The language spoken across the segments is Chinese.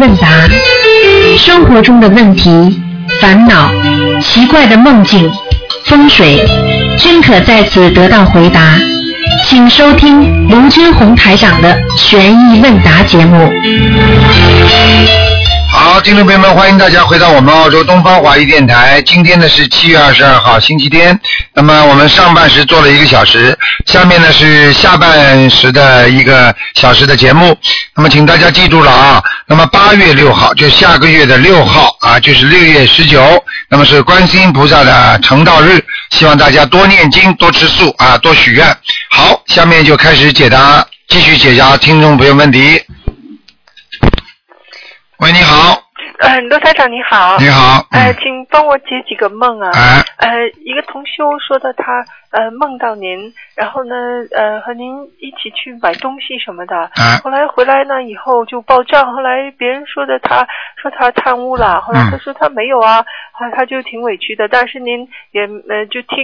问答，生活中的问题、烦恼、奇怪的梦境、风水，均可在此得到回答。请收听卢军红台长的《悬疑问答》节目。好，听众朋友们，欢迎大家回到我们澳洲东方华语电台。今天呢是七月二十二号，星期天。那么我们上半时做了一个小时，下面呢是下半时的一个小时的节目。那么请大家记住了啊。那么八月六号，就下个月的六号啊，就是六月十九，那么是观世音菩萨的成道日。希望大家多念经，多吃素啊，多许愿。好，下面就开始解答，继续解答听众朋友问题。喂，你好，呃，罗台长你好。你好，呃，嗯，请帮我解几个梦啊。哎，呃，一个同修说的他呃梦到您，然后呢呃和您一起去买东西什么的，哎，后来回来呢以后就报账，后来别人说的他说他贪污嗯了，后来他说他没有啊，后来他就挺委屈的，但是您也呃就听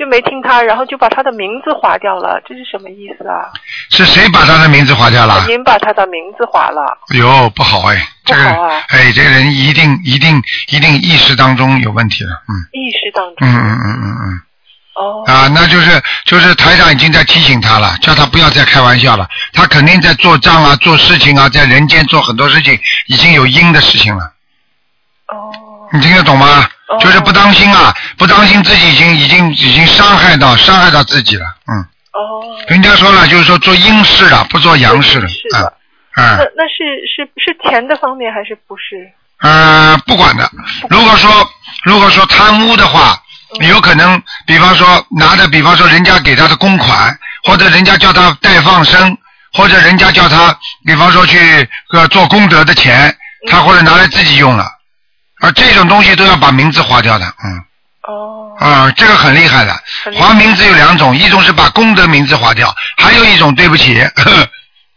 就没听他，然后就把他的名字划掉了，这是什么意思啊？是谁把他的名字划掉了？您把他的名字划了，哎呦，不好哎，这个人，不好啊哎，这个人一定一定一定意识当中有问题了，嗯意识当中嗯嗯嗯嗯嗯。哦啊，那就是就是台长已经在提醒他了，叫他不要再开玩笑了。他肯定在做账啊，做事情啊，在人间做很多事情，已经有阴的事情了。哦你听得懂吗？哦就是不当心啊，不当心自己已经已经已经伤害到伤害到自己了。嗯，哦。人家说了，就是说做阴事了，不做阳事了。是的，啊、那嗯那是是是钱的方面还是不是？呃，不管的。如果说如果说贪污的话，嗯有可能，比方说拿着，比方说人家给他的公款，或者人家叫他代放生，或者人家叫他，比方说去呃做功德的嗯钱，他或者拿来自己用了，而这种东西都要把名字划掉的，嗯，哦，啊、这个很厉害的，很厉害划名字有两种，一种是把功德名字划掉，还有一种对不起， 呵呵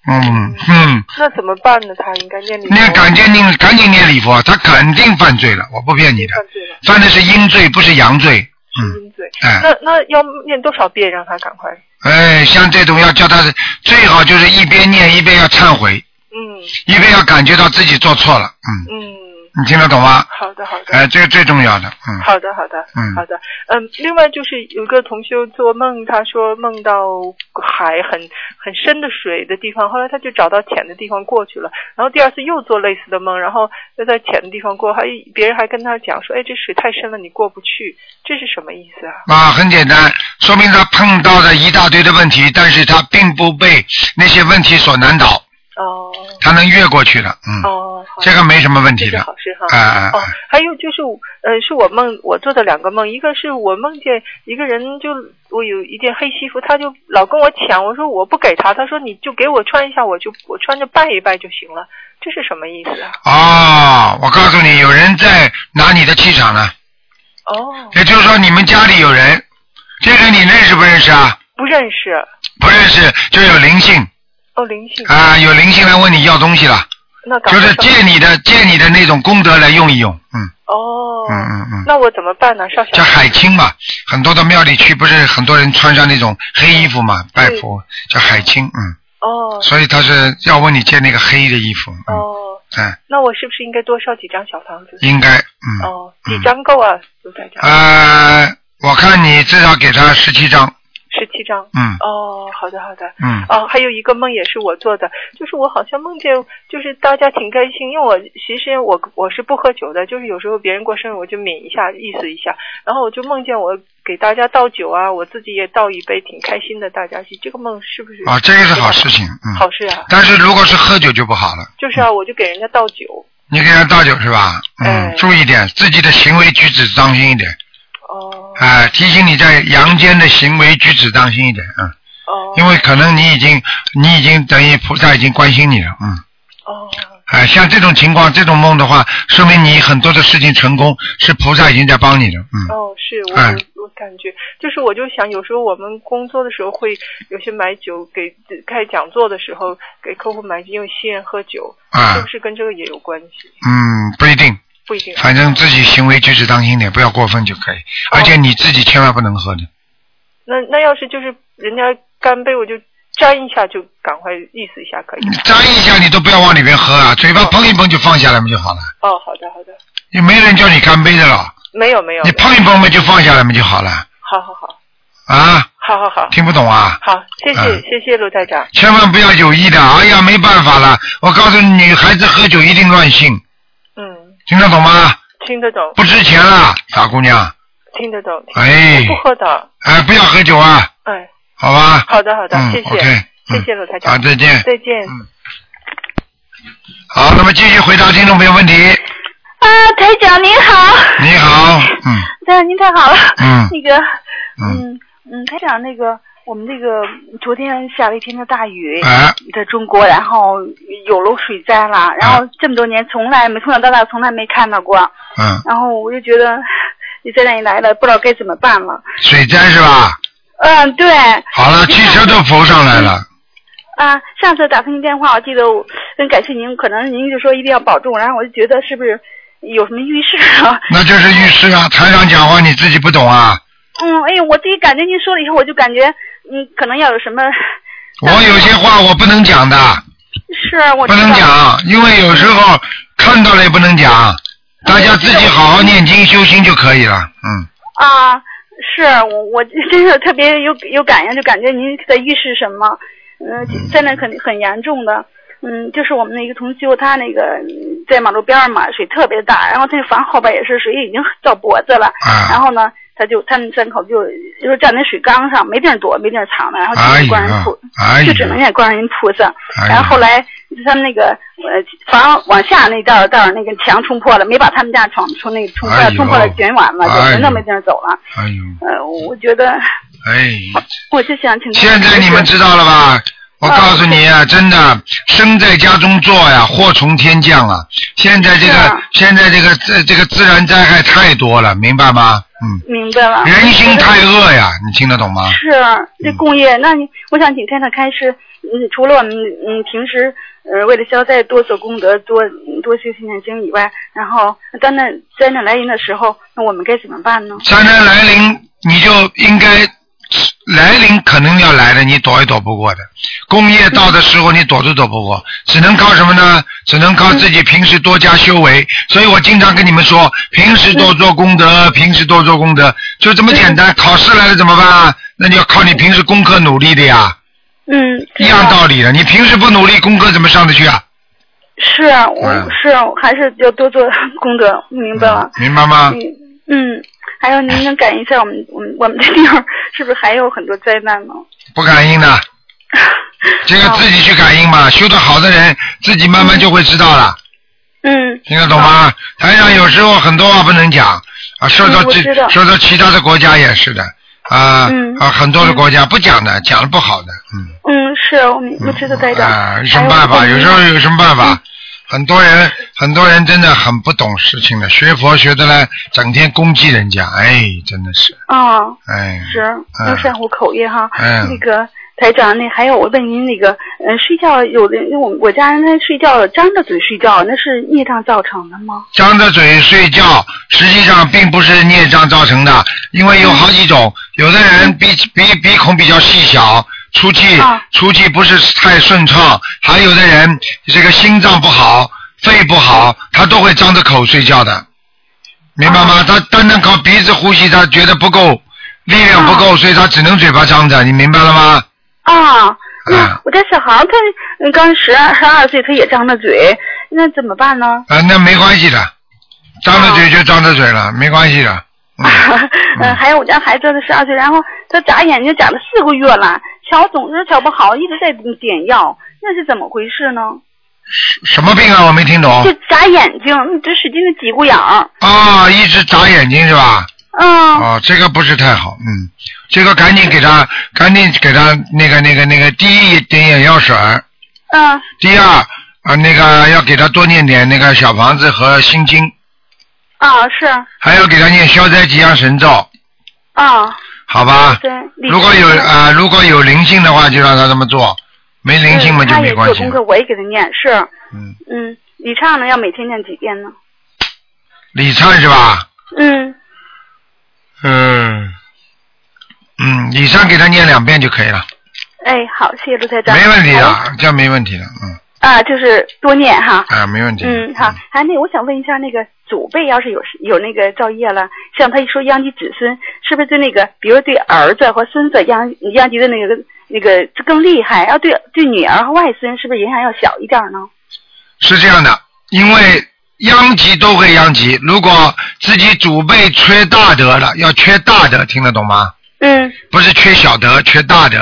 嗯嗯，那怎么办呢？他应该念礼佛那赶紧念赶紧念礼佛，他肯定犯罪了，我不骗你的，犯罪了，犯的是阴罪，不是阳罪，嗯。阴罪。哎那那要念多少遍让他赶快？哎，像这种要叫他最好就是一边念一边要忏悔，嗯一边要感觉到自己做错了。嗯，嗯，你听得懂吗？好的好的。哎，这个最重要的。嗯，好的，好的，嗯好的，嗯，另外就是有一个同修做梦，他说梦到海很很深的水的地方，后来他就找到浅的地方过去了，然后第二次又做类似的梦，然后又在浅的地方过，还别人还跟他讲说，哎，这水太深了，你过不去，这是什么意思啊？啊，很简单，说明他碰到了一大堆的问题，但是他并不被那些问题所难倒，哦他能越过去的。嗯，哦，好这个没什么问这题是的。好事哈。哎哎哦哎，，还有就是，呃，是我梦我做的两个梦，一个是我梦见一个人就我有一件黑西服，他就老跟我抢，我说我不给他，他说你就给我穿一下，我就我穿着拜一拜就行了，这是什么意思啊？哦，我告诉你，有人在拿你的气场呢，哦，也就是说你们家里有人，这个你认识不认识啊？不认识，不认识就有灵性。哦，灵性，啊，有灵性来问你要东西了，那搞就什是么借你的借你的那种功德来用一用，嗯哦，嗯嗯嗯，那我怎么办呢？上小叫海清嘛，很多的庙里去不是很多人穿上那种黑衣服嘛，拜佛叫海清，嗯，嗯哦所以他是要问你借那个黑的衣服，嗯，哦，哎，那我是不是应该多烧几张小房子？应该，嗯，哦，几张够啊，卢台长？呃，我看你至少给他十七张，十七张。嗯哦，好的好的。嗯，哦，还有一个梦也是我做的，就是我好像梦见，就是大家挺开心，因为我其实我我是不喝酒的，就是有时候别人过生日我就抿一下意思一下，然后我就梦见我给大家倒酒啊，我自己也倒一杯，挺开心的，大家一起。这个梦是不是？啊，这个是好事情，嗯，好事啊，但是如果是喝酒就不好了。就是啊，我就给人家倒酒。你给他倒酒是吧？嗯哎，注意点，自己的行为举止当心一点。哦啊、提醒你在阳间的行为举止当心一点啊、哦因为可能你已经你已经等于菩萨已经关心你了，嗯，哦哎、像这种情况，这种梦的话，说明你很多的事情成功，是菩萨已经在帮你了，嗯，哦，是我哎我我感觉，就是我就想，有时候我们工作的时候会有些买酒给开讲座的时候给客户买酒，因为吸烟喝酒。啊、是不是跟这个也有关系？嗯，不一定，不一定啊。反正自己行为举止当心点，不要过分就可以，而且你自己千万不能喝的，那那要是就是人家干杯，我就粘一下就赶快意思一下可以吗。沾一下你都不要往里边喝啊，嘴巴碰一碰就放下来嘛就好了，哦，好的好的，也没人叫你干杯的了，没有没有，你碰一碰嘛就放下来嘛就好了好好好，啊，好好好，听不懂啊？好，谢谢、嗯谢谢卢台长，千万不要有意的，哎呀，没办法了，我告诉你，女孩子喝酒一定乱性，嗯，听得懂吗？听得懂不值钱了，傻姑娘，听得懂，听哎不喝的，哎，不要喝酒啊，哎，好吧？好的好的，嗯谢谢、 ，OK，谢嗯谢卢台好，长，再见。嗯再见。好，那么继续回答听众朋友问题。啊，台长您好， 你好，嗯台长您太好了。嗯那个，嗯，嗯嗯，台长那个，我们那个昨天下了一天的大雨，哎，在中国，然后有了水灾了，然啊后这么多年从来没从小到大从来没看到过，嗯，然后我就觉得这灾难一来了，不知道该怎么办了。水灾是吧？嗯，对，好了，汽车都浮上来了，啊，上次打通您电话，我记得我很感谢您，可能您就说一定要保重，然后我就觉得是不是有什么预示啊？那就是预示啊。台长讲话你自己不懂啊，嗯，哎呦，我自己感觉您说了以后，我就感觉，嗯，可能要有什么，我有些话我不能讲的，是我不知道能讲，嗯因为有时候看到了也不能讲，大家自己好好念经修心就可以了。嗯，啊，是我我真是特别有有感应，就感觉您在预示什么，嗯、真的很很严重的。嗯，就是我们的一个同修，他那个嗯在马路边儿嘛，水特别大，然后他那房后边也是水已经到脖子了，啊，然后呢，他就他们三口就就是站在水缸上，没地儿躲，没地儿藏了，然后就哎是呀观世菩，，哎就呀，只能念观世音菩萨。哎然后后呀，来他们那个呃房往下那道道那个墙冲破了，没把他们家床冲那个冲破哎了，呦冲破了全晚了，哎就呦人都没地儿走了。哎呦，呃，我觉得哎。我就想请他现在你们知道了吧？我告诉你嗯啊，真的，生在家中坐呀，祸从天降啊！现在这是个啊，现在这个自这个自然灾害太多了，明白吗？嗯，明白了，人心太恶呀，嗯你听得懂吗？是啊这工业。那你我想请天上开示，嗯，除了我们嗯平时呃为了消灾多做功德，多嗯多修心念经以外，然后当那灾难来临的时候，那我们该怎么办呢？灾难来临，你就应该来临，可能要来的，你躲也躲不过的。工业到的时候，你躲都躲不过，只能靠什么呢？只能靠自己平时多加修为。所以我经常跟你们说，平时多做功德，平时多做功德，就这么简单。考试来了怎么办啊？那就要靠你平时功课努力的呀，嗯，一样道理的。你平时不努力，功课怎么上得去啊？是啊，我嗯是啊我还是要多做功德，明白了。明白吗？嗯嗯，还有您能感应一下我们我们我们的地方是不是还有很多灾难呢？不感应 的，这个自己去感应嘛。修得好的人，自己慢慢就会知道了。嗯听得懂吗？台上有时候很多话不能讲啊，受到嗯我其知道受到其他的国家也是的啊、嗯啊，很多的国家不讲的，讲的不好的，嗯，嗯，是啊我们我知道台长。啊，有什还嗯么办法？有时候我们有什么办法？很多人很多人真的很不懂事情的，学佛学的呢，整天攻击人家，哎，真的是，啊，哎，是要善护口业哈。嗯那个台长，那还有我问您那个，呃，睡觉有的，因为我们我家人他睡觉张着嘴睡觉，那是孽障造成的吗？张着嘴睡觉，实际上并不是孽障造成的，因为有好几种，有的人鼻鼻鼻孔比较细小，出气、啊出气不是太顺畅，还有的人这个心脏不好、肺不好，他都会张着口睡觉的，明白吗？他单单靠鼻子呼吸，他觉得不够力量不够，所以他只能嘴巴张着，你明白了吗？啊，啊那我家小孩儿他嗯刚十二十二岁，他也张着嘴，那怎么办呢？啊，那没关系的，张着嘴就张着嘴了，没关系的。 嗯嗯，还有我家孩子他十二岁，然后他眨眼睛眨了四个月了，瞧总是瞧不好，一直在点药，那是怎么回事呢？什么病啊？我没听懂。就眨眼睛，嗯就使劲的挤过眼儿，啊，一直眨眼睛是吧？嗯，哦，这个不是太好，嗯，这个赶紧给他，赶紧给他那个那个那个，第一点眼药水儿，嗯，第二啊、那个要给他多念点那个小房子和心经，啊是，还要给他念消灾吉祥神咒，啊好吧？对。理如果有啊、如果有灵性的话，就让他这么做；没灵性嘛，嗯就他没也关做系功了课，。我也给他念，是，嗯，嗯，李畅呢要每天念几遍呢？李灿是吧？嗯，嗯，嗯，李灿给他念两遍就可以了。哎，好，谢谢卢台长。没问题啊的好。，这样没问题的，嗯，啊，就是多念哈。啊，没问题。嗯，好。还那我想问一下，那个祖辈要是有有那个造业了，像他一说殃及子孙，是不是对那个，比如对儿子和孙子殃殃及的那个那个就更厉害？啊要对对女儿和外孙，是不是影响要小一点呢？是这样的，因为殃及都会殃及，如果自己祖辈缺大德了，要缺大德，听得懂吗？嗯不是缺小德，缺大德，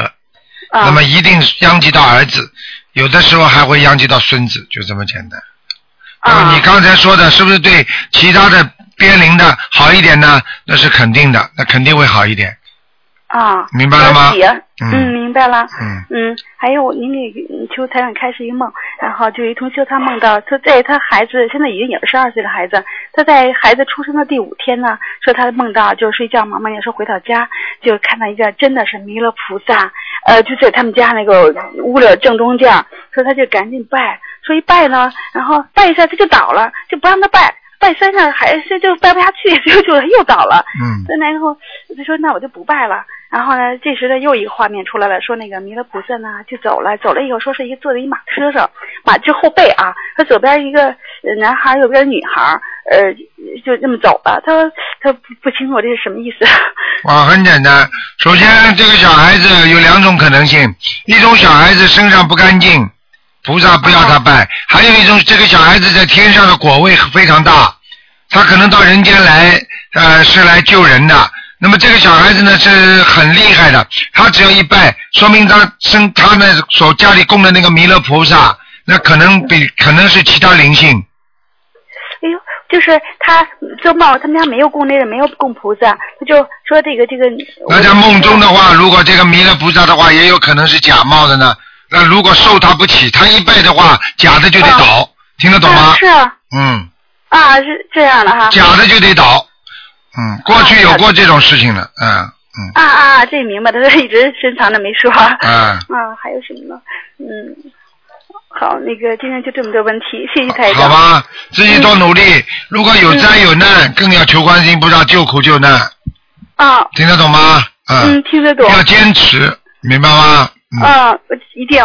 啊。那么一定殃及到儿子，有的时候还会殃及到孙子，就这么简单。那么啊你刚才说的，是不是对其他的边邻的好一点呢？那是肯定的，那肯定会好一点。啊，明白了吗了解嗯嗯，明白了。嗯，嗯，还有您给嗯求台长开示一个梦，然后就一同修他梦到他在他孩子现在已经也是二岁的孩子，他在孩子出生的第五天呢，说他梦到就是睡觉嘛，梦见说回到家就看到一个真的是弥勒菩萨，呃，就在他们家那个屋里正中间，说他就赶紧拜，说一拜呢，然后拜一下他就倒了，就不让他拜，拜三下还是就拜不下去， 就就又倒了。嗯，那然后他说那我就不拜了。然后呢，这时呢又一个画面出来了，说那个弥勒菩萨呢就走了，走了以后说是一个坐在一马车上，马就后背啊，他左边一个呃男孩，右边女孩，呃就这么走了。他说他不不清楚这是什么意思。 哇，啊很简单。首先，这个小孩子有两种可能性：一种小孩子身上不干净，菩萨不要他拜；还有一种，这个小孩子在天上的果位非常大，他可能到人间来，呃，是来救人的。那么这个小孩子呢是很厉害的，他只要一拜，说明他身他呢所家里供的那个弥勒菩萨，那可能比可能是其他灵性。哎呦，就是他做梦，他们家没有供那个，没有供菩萨，他就说这个这个。那在梦中的话，如果这个弥勒菩萨的话，也有可能是假冒的呢。那如果受他不起，他一拜的话，假的就得倒，听得懂啊吗？是啊，嗯，啊是这样的哈。假的就得倒。嗯，过去有啊过这种事情的，嗯嗯啊啊，这明白，他说一直深藏着没说。嗯， 啊，还有什么呢？嗯，好，那个今天就这么多问题，谢谢台长。嗯好吧，自己多努力。如果有灾有难，更要求观世音菩萨救苦救难，啊，听得懂吗？嗯嗯，，听得懂。要坚持，明白吗？嗯，啊，我一定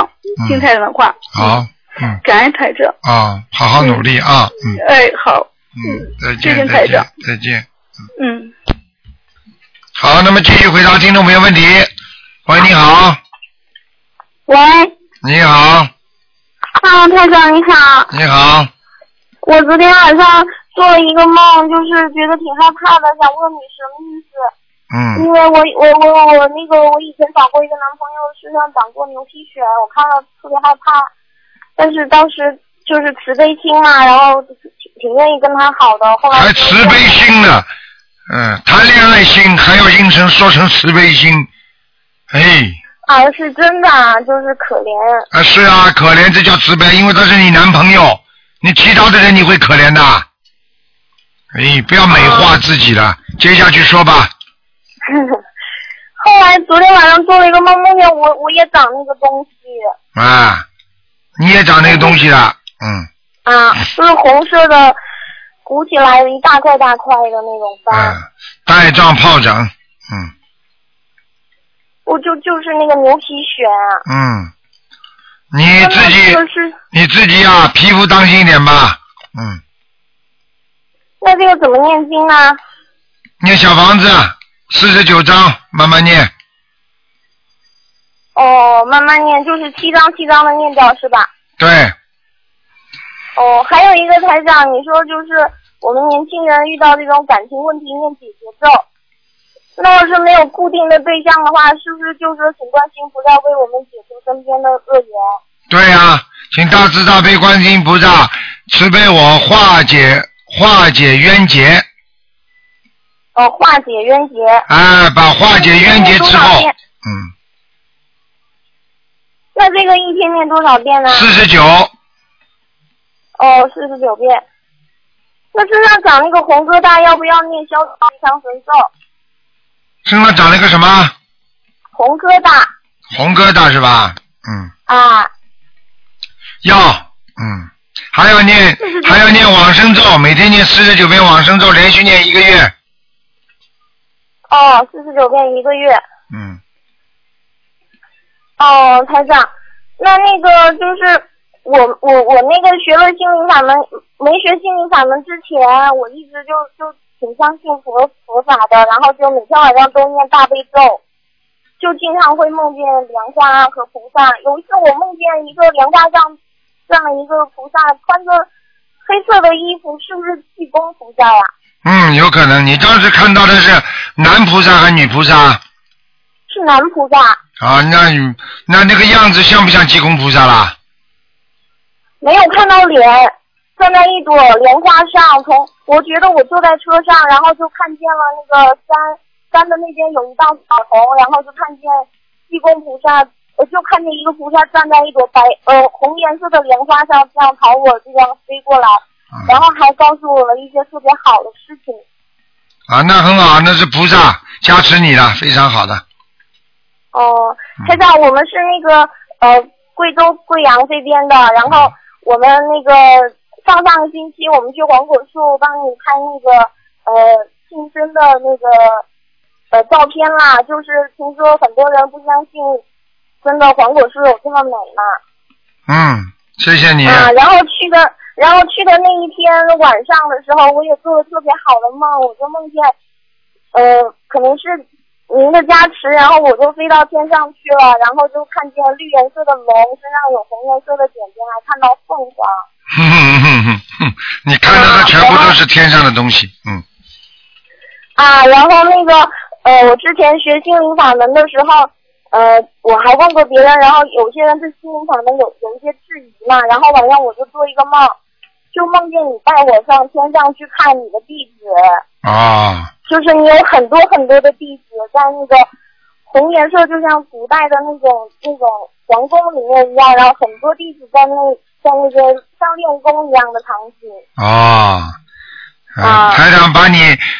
听台长的话。好，嗯感恩台长。啊，好好努力啊，嗯哎，好，嗯，再谢见谢台再见长再见。嗯，好，那么继续回答听众朋友问题。喂，你好，喂，你好，啊，台长你好，你好，我昨天晚上做了一个梦，就是觉得挺害怕的，想问你什么意思？嗯因为我我我我那个我以前找过一个男朋友，身上长过牛皮癣，我看了特别害怕，但是当时就是慈悲心嘛，然后挺挺愿意跟他好的，后来还就慈悲心呢，嗯，谈恋爱心还要硬生说成慈悲心，哎，啊是真的啊，就是可怜， 啊是啊，可怜这叫慈悲，因为他是你男朋友，你其他的人你会可怜的，哎，不要美化自己了，接下去说吧，后来昨天晚上做了一个梦，梦见我我也长那个东西。啊，你也长那个东西了，嗯，啊，就是红色的，鼓起来的一大块大块的那种嗯、疤，带状疱疹，嗯我就就是那个牛皮癣啊。嗯，你自己。那就是你自己呀、皮肤当心一点吧。嗯，那这个怎么念经呢？念小房子四十九章，慢慢念。哦，慢慢念，就是七张七张的念掉是吧？对，哦，还有一个台长，你说就是我们年轻人遇到这种感情问题念解结咒，那要是没有固定的对象的话，是不是就是请观世音菩萨为我们解除身边的恶缘？对呀、请大慈大悲观世音菩萨慈悲我化解化解冤结，哦，化解冤结。哎，把化解冤结之后，嗯，那这个一天念多少遍呢？四十九，哦，四十九遍。那身上长那个红疙瘩，要不要念消灾吉祥神咒？身上长了个什么红疙瘩红疙瘩是吧？嗯，啊，要，嗯，还要念还要念往生咒，每天念四十九遍往生咒，连续念一个月。哦，四十九遍一个月。嗯，哦，台长，那那个就是我我我那个学了心灵法门，没学心灵法门之前，我一直就就挺相信佛佛法的，然后就每天晚上都念大悲咒，就经常会梦见莲花和菩萨。有一次我梦见一个莲花上站了一个菩萨，穿着黑色的衣服，是不是济公菩萨呀、嗯，有可能。你当时看到的是男菩萨还是女菩萨？是男菩萨，啊，那你那那个样子像不像济公菩萨啦？没有看到脸，站在一朵莲花上。从我觉得我坐在车上，然后就看见了那个山山的那边有一道草丛，然后就看见济公菩萨，呃，就看见一个菩萨站在一朵白呃红颜色的莲花上，这样朝我这样飞过来，然后还告诉我了一些特别好的事情。啊，那很好，那是菩萨加持你了，非常好的。哦，台长，我们是那个呃贵州贵阳这边的，然后我们那个上上个星期我们去黄果树帮你拍那个呃庆生的那个呃照片啦，就是听说很多人不相信真的黄果树有这么美嘛，嗯，谢谢你。啊，然后去的，然后去的那一天晚上的时候，我也做了特别好的梦，我就梦见，呃，可能是您的加持，然后我就飞到天上去了，然后就看见绿颜色的龙，身上有红颜色的点点，还看到凤凰。哼哼哼哼哼， 你看到的全部都是天上的东西，嗯啊，然后那个呃，我之前学心灵法门的时候，呃，我还问过别人，然后有些人对心灵法门有有一些质疑嘛，然后晚上我就做一个梦，就梦见你带我上天上去看你的弟子，哦，就是你有很多很多的弟子在那个红颜色，就像古代的那种那种皇宫里面一样，然后很多弟子在那在那个像练功一样的场景。哦，啊啊，台长把你，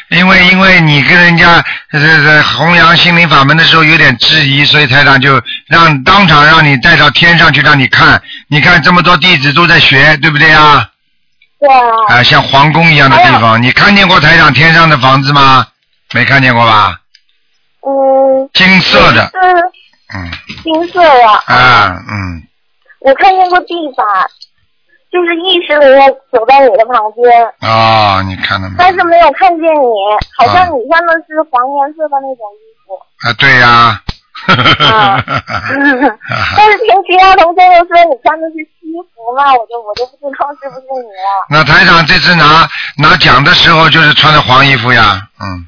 因为因为你跟人家这这弘扬心灵法门的时候有点质疑，所以台长就让当场让你带到天上去让你看，你看这么多弟子都在学，对不对啊？对啊，啊，像皇宫一样的地方，你看见过台长天上的房子吗？没看见过吧？嗯，金色的，是嗯金色呀、啊嗯，我看见过地法，就是意识里面走在你的旁边，哦，你看到没有？但是没有看见你，好像啊你穿的是黄颜色的那种衣服。啊，对呀、啊 但是听其他同学又说你穿的是西服嘛，我就我就不知道是不是你了。 那台长这次拿拿奖的时候，就是穿的黄衣服呀，嗯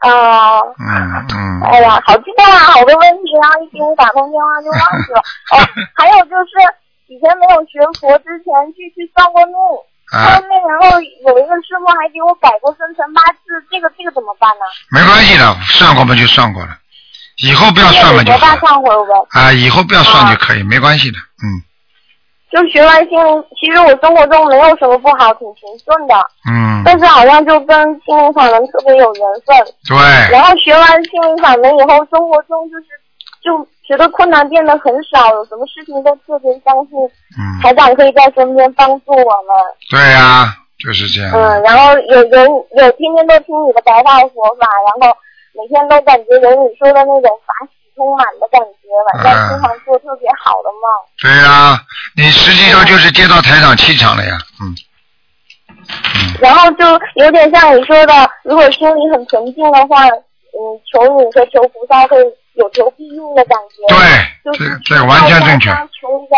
啊、嗯嗯，哎呀，好激动啊！好多问题，然后一给你打通电话就忘 记了。哦，还有就是以前没有学佛之前去去算过命，算啊，过命，然后有一个师傅还给我改过生辰八字，这个这个怎么办呢？没关系的，算过嘛就算过了，以后不要算嘛就我啊好大了忏悔文，啊，以后不要算就可以，没关系的，嗯哦就学完心灵，其实我生活中没有什么不好，挺平顺的，嗯，但是好像就跟心灵法门特别有缘分。对然后学完心灵法门以后，生活中就是就觉得困难变得很少，有什么事情都特别相信嗯台长可以在身边帮助我们。对呀、就是这样，嗯，然后有有有天天都听你的白话佛法，然后每天都感觉有你说的那种法喜充满的感觉，晚上嗯经常做特别好的梦。对呀、你实际上就是接到台长气场了呀，嗯然后就有点像你说的，如果心里很纯净的话，嗯，求你和求菩萨会有求必应的感觉。对，就是这这完全正确，大家求一个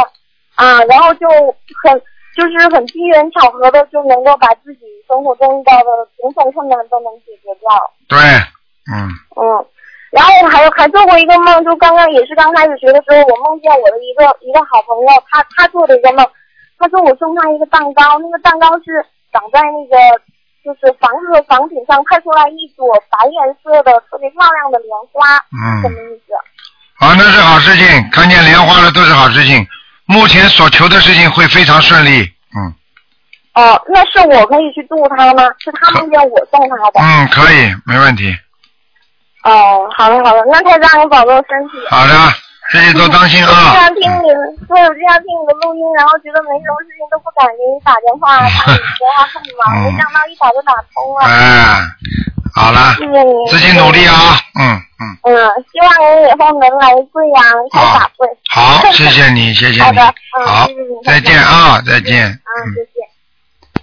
啊，然后就很就是很机缘巧合的就能够把自己生活中遇到的种种困难都能解决掉。对，嗯嗯，然后我还有还做过一个梦，就刚刚也是刚开始学的时候，我梦见我的一个一个好朋友，他他做的一个梦，他说我送他一个蛋糕，那个蛋糕是长在那个就是房子的房顶上，开出来一朵白颜色的特别漂亮的莲花，什嗯么。意思？啊，那是好事情，看见莲花了都是好事情。目前所求的事情会非常顺利，嗯哦、那是我可以去度他吗？是他梦见我送他的。嗯，可以，没问题。哦、好的好的，那太让你保重身体。好的，自己多当心我经啊常。听你，对，我经常听你的录音，然后觉得没什么事情都不 敢给你打电话，打你电话很忙，没想到一打就打通了。嗯哎，好啦，谢谢您，自己努力啊，嗯嗯，嗯，希望您以后能来贵阳开法会。好，谢谢你，谢谢好你的，嗯，好谢谢您，再见啊，再见，嗯，嗯再，见。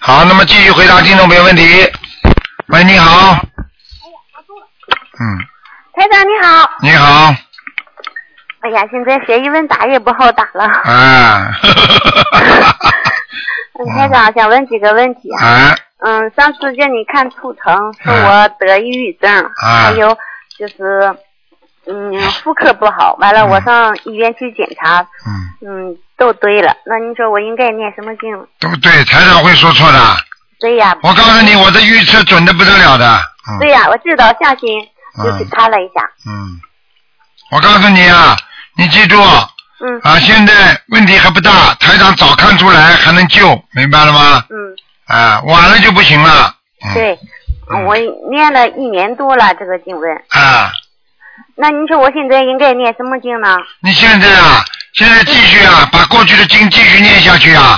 好，那么继续回答听众朋友问题。喂，你好，嗯，台长你好，你好，哎呀，现在学一问答也不好打了。啊， 嗯，台长想问几个问题啊。啊，嗯，上次叫你看图腾，说嗯我得抑郁症，啊还有就是嗯妇科不好，完了嗯我上医院去检查，嗯，嗯，都对了。那你说我应该念什么经？都对，台长会说错的。对呀，嗯我告诉你，我的预测准的不得了的。对嗯呀，我知道下心就去嗯看了一下。嗯，我告诉你啊，你记住嗯啊，现在问题还不大，台长早看出来还能救，明白了吗？嗯，啊，晚了就不行了。嗯、。对，嗯我念了一年多了这个经文。啊，那您说我现在应该念什么经呢？你现在啊，现在继续啊，把过去的经继续念下去啊。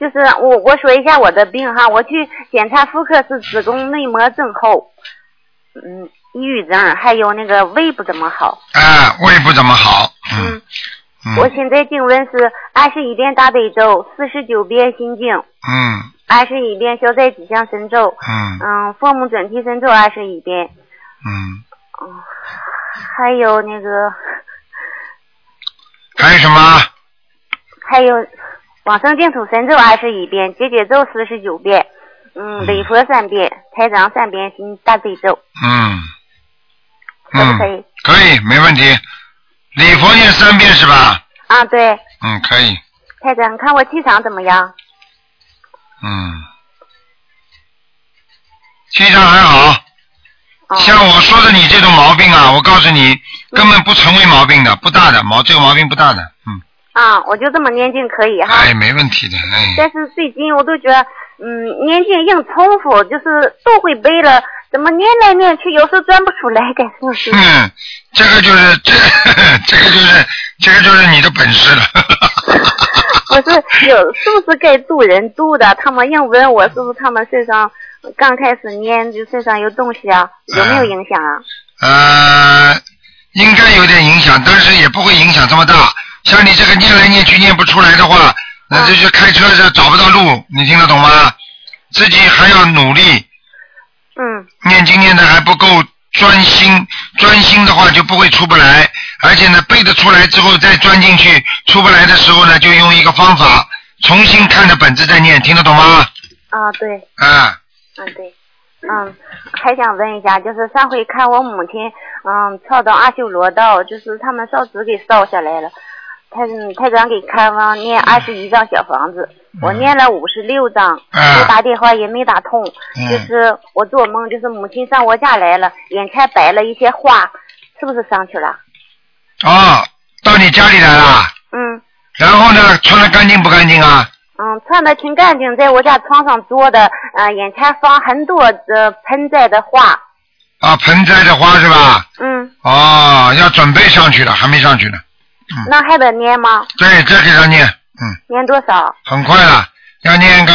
就是我我说一下我的病哈，我去检查妇科是子宫内膜症候，嗯，抑郁症，还有那个胃不怎么好。啊，胃不怎么好。嗯嗯，我嗯现在经文是二十一遍大悲咒，四十九遍心经，嗯二十一遍消灾吉祥神咒，嗯嗯，父母准提神咒二十一遍，嗯，还有那个还有什么？还有往生净土神咒二十一遍，解姐咒四十九遍，嗯嗯，礼佛三遍，台长三遍心大悲咒，嗯可不可嗯，以？可以，没问题。礼佛念三遍是吧？啊，对。嗯，可以。太长，你看我气场怎么样？嗯，气场还好。哦，嗯像我说的你这种毛病啊，我告诉你，根本不成为毛病的，不大的毛，这个毛病不大的。嗯，啊，我就这么念经可以哈。哎，没问题的。哎，但是最近我都觉得，嗯，念经硬重复，就是都会背了，怎么念来念去，有时候转不出来，该说是。嗯，这个就是这， 这个就是这个就是你的本事了。 我是有是不是该渡人渡的？他们硬问我是不是他们身上刚开始念就身上有东西啊？有没有影响啊？呃，应该有点影响，但是也不会影响这么大。像你这个念来念去念不出来的话，那就是开车是找不到路，你听得懂吗？自己还要努力，嗯念经念的还不够专心，专心的话就不会出不来，而且呢背得出来之后再钻进去，出不来的时候呢就用一个方法重新看着本子再念，听得懂吗？啊，对。啊，嗯，对，嗯，还想问一下，就是上回看我母亲，嗯，跳到阿修罗道，就是他们烧纸给烧下来了。太太长给开房念二十一张小房子，我念了五十六张，嗯我打电话也没打通。嗯就是我做梦，就是母亲上我家来了，眼前摆了一些花，是不是上去了？哦，到你家里来了，嗯然后呢穿的干净不干净啊？嗯，穿的挺干净，在我家床上坐的，呃，眼前放很多的盆栽的花。啊，盆栽的花是吧？嗯，哦，要准备上去了，还没上去呢。嗯那还得念吗？对，这给他念，嗯，念多少？很快了，要念个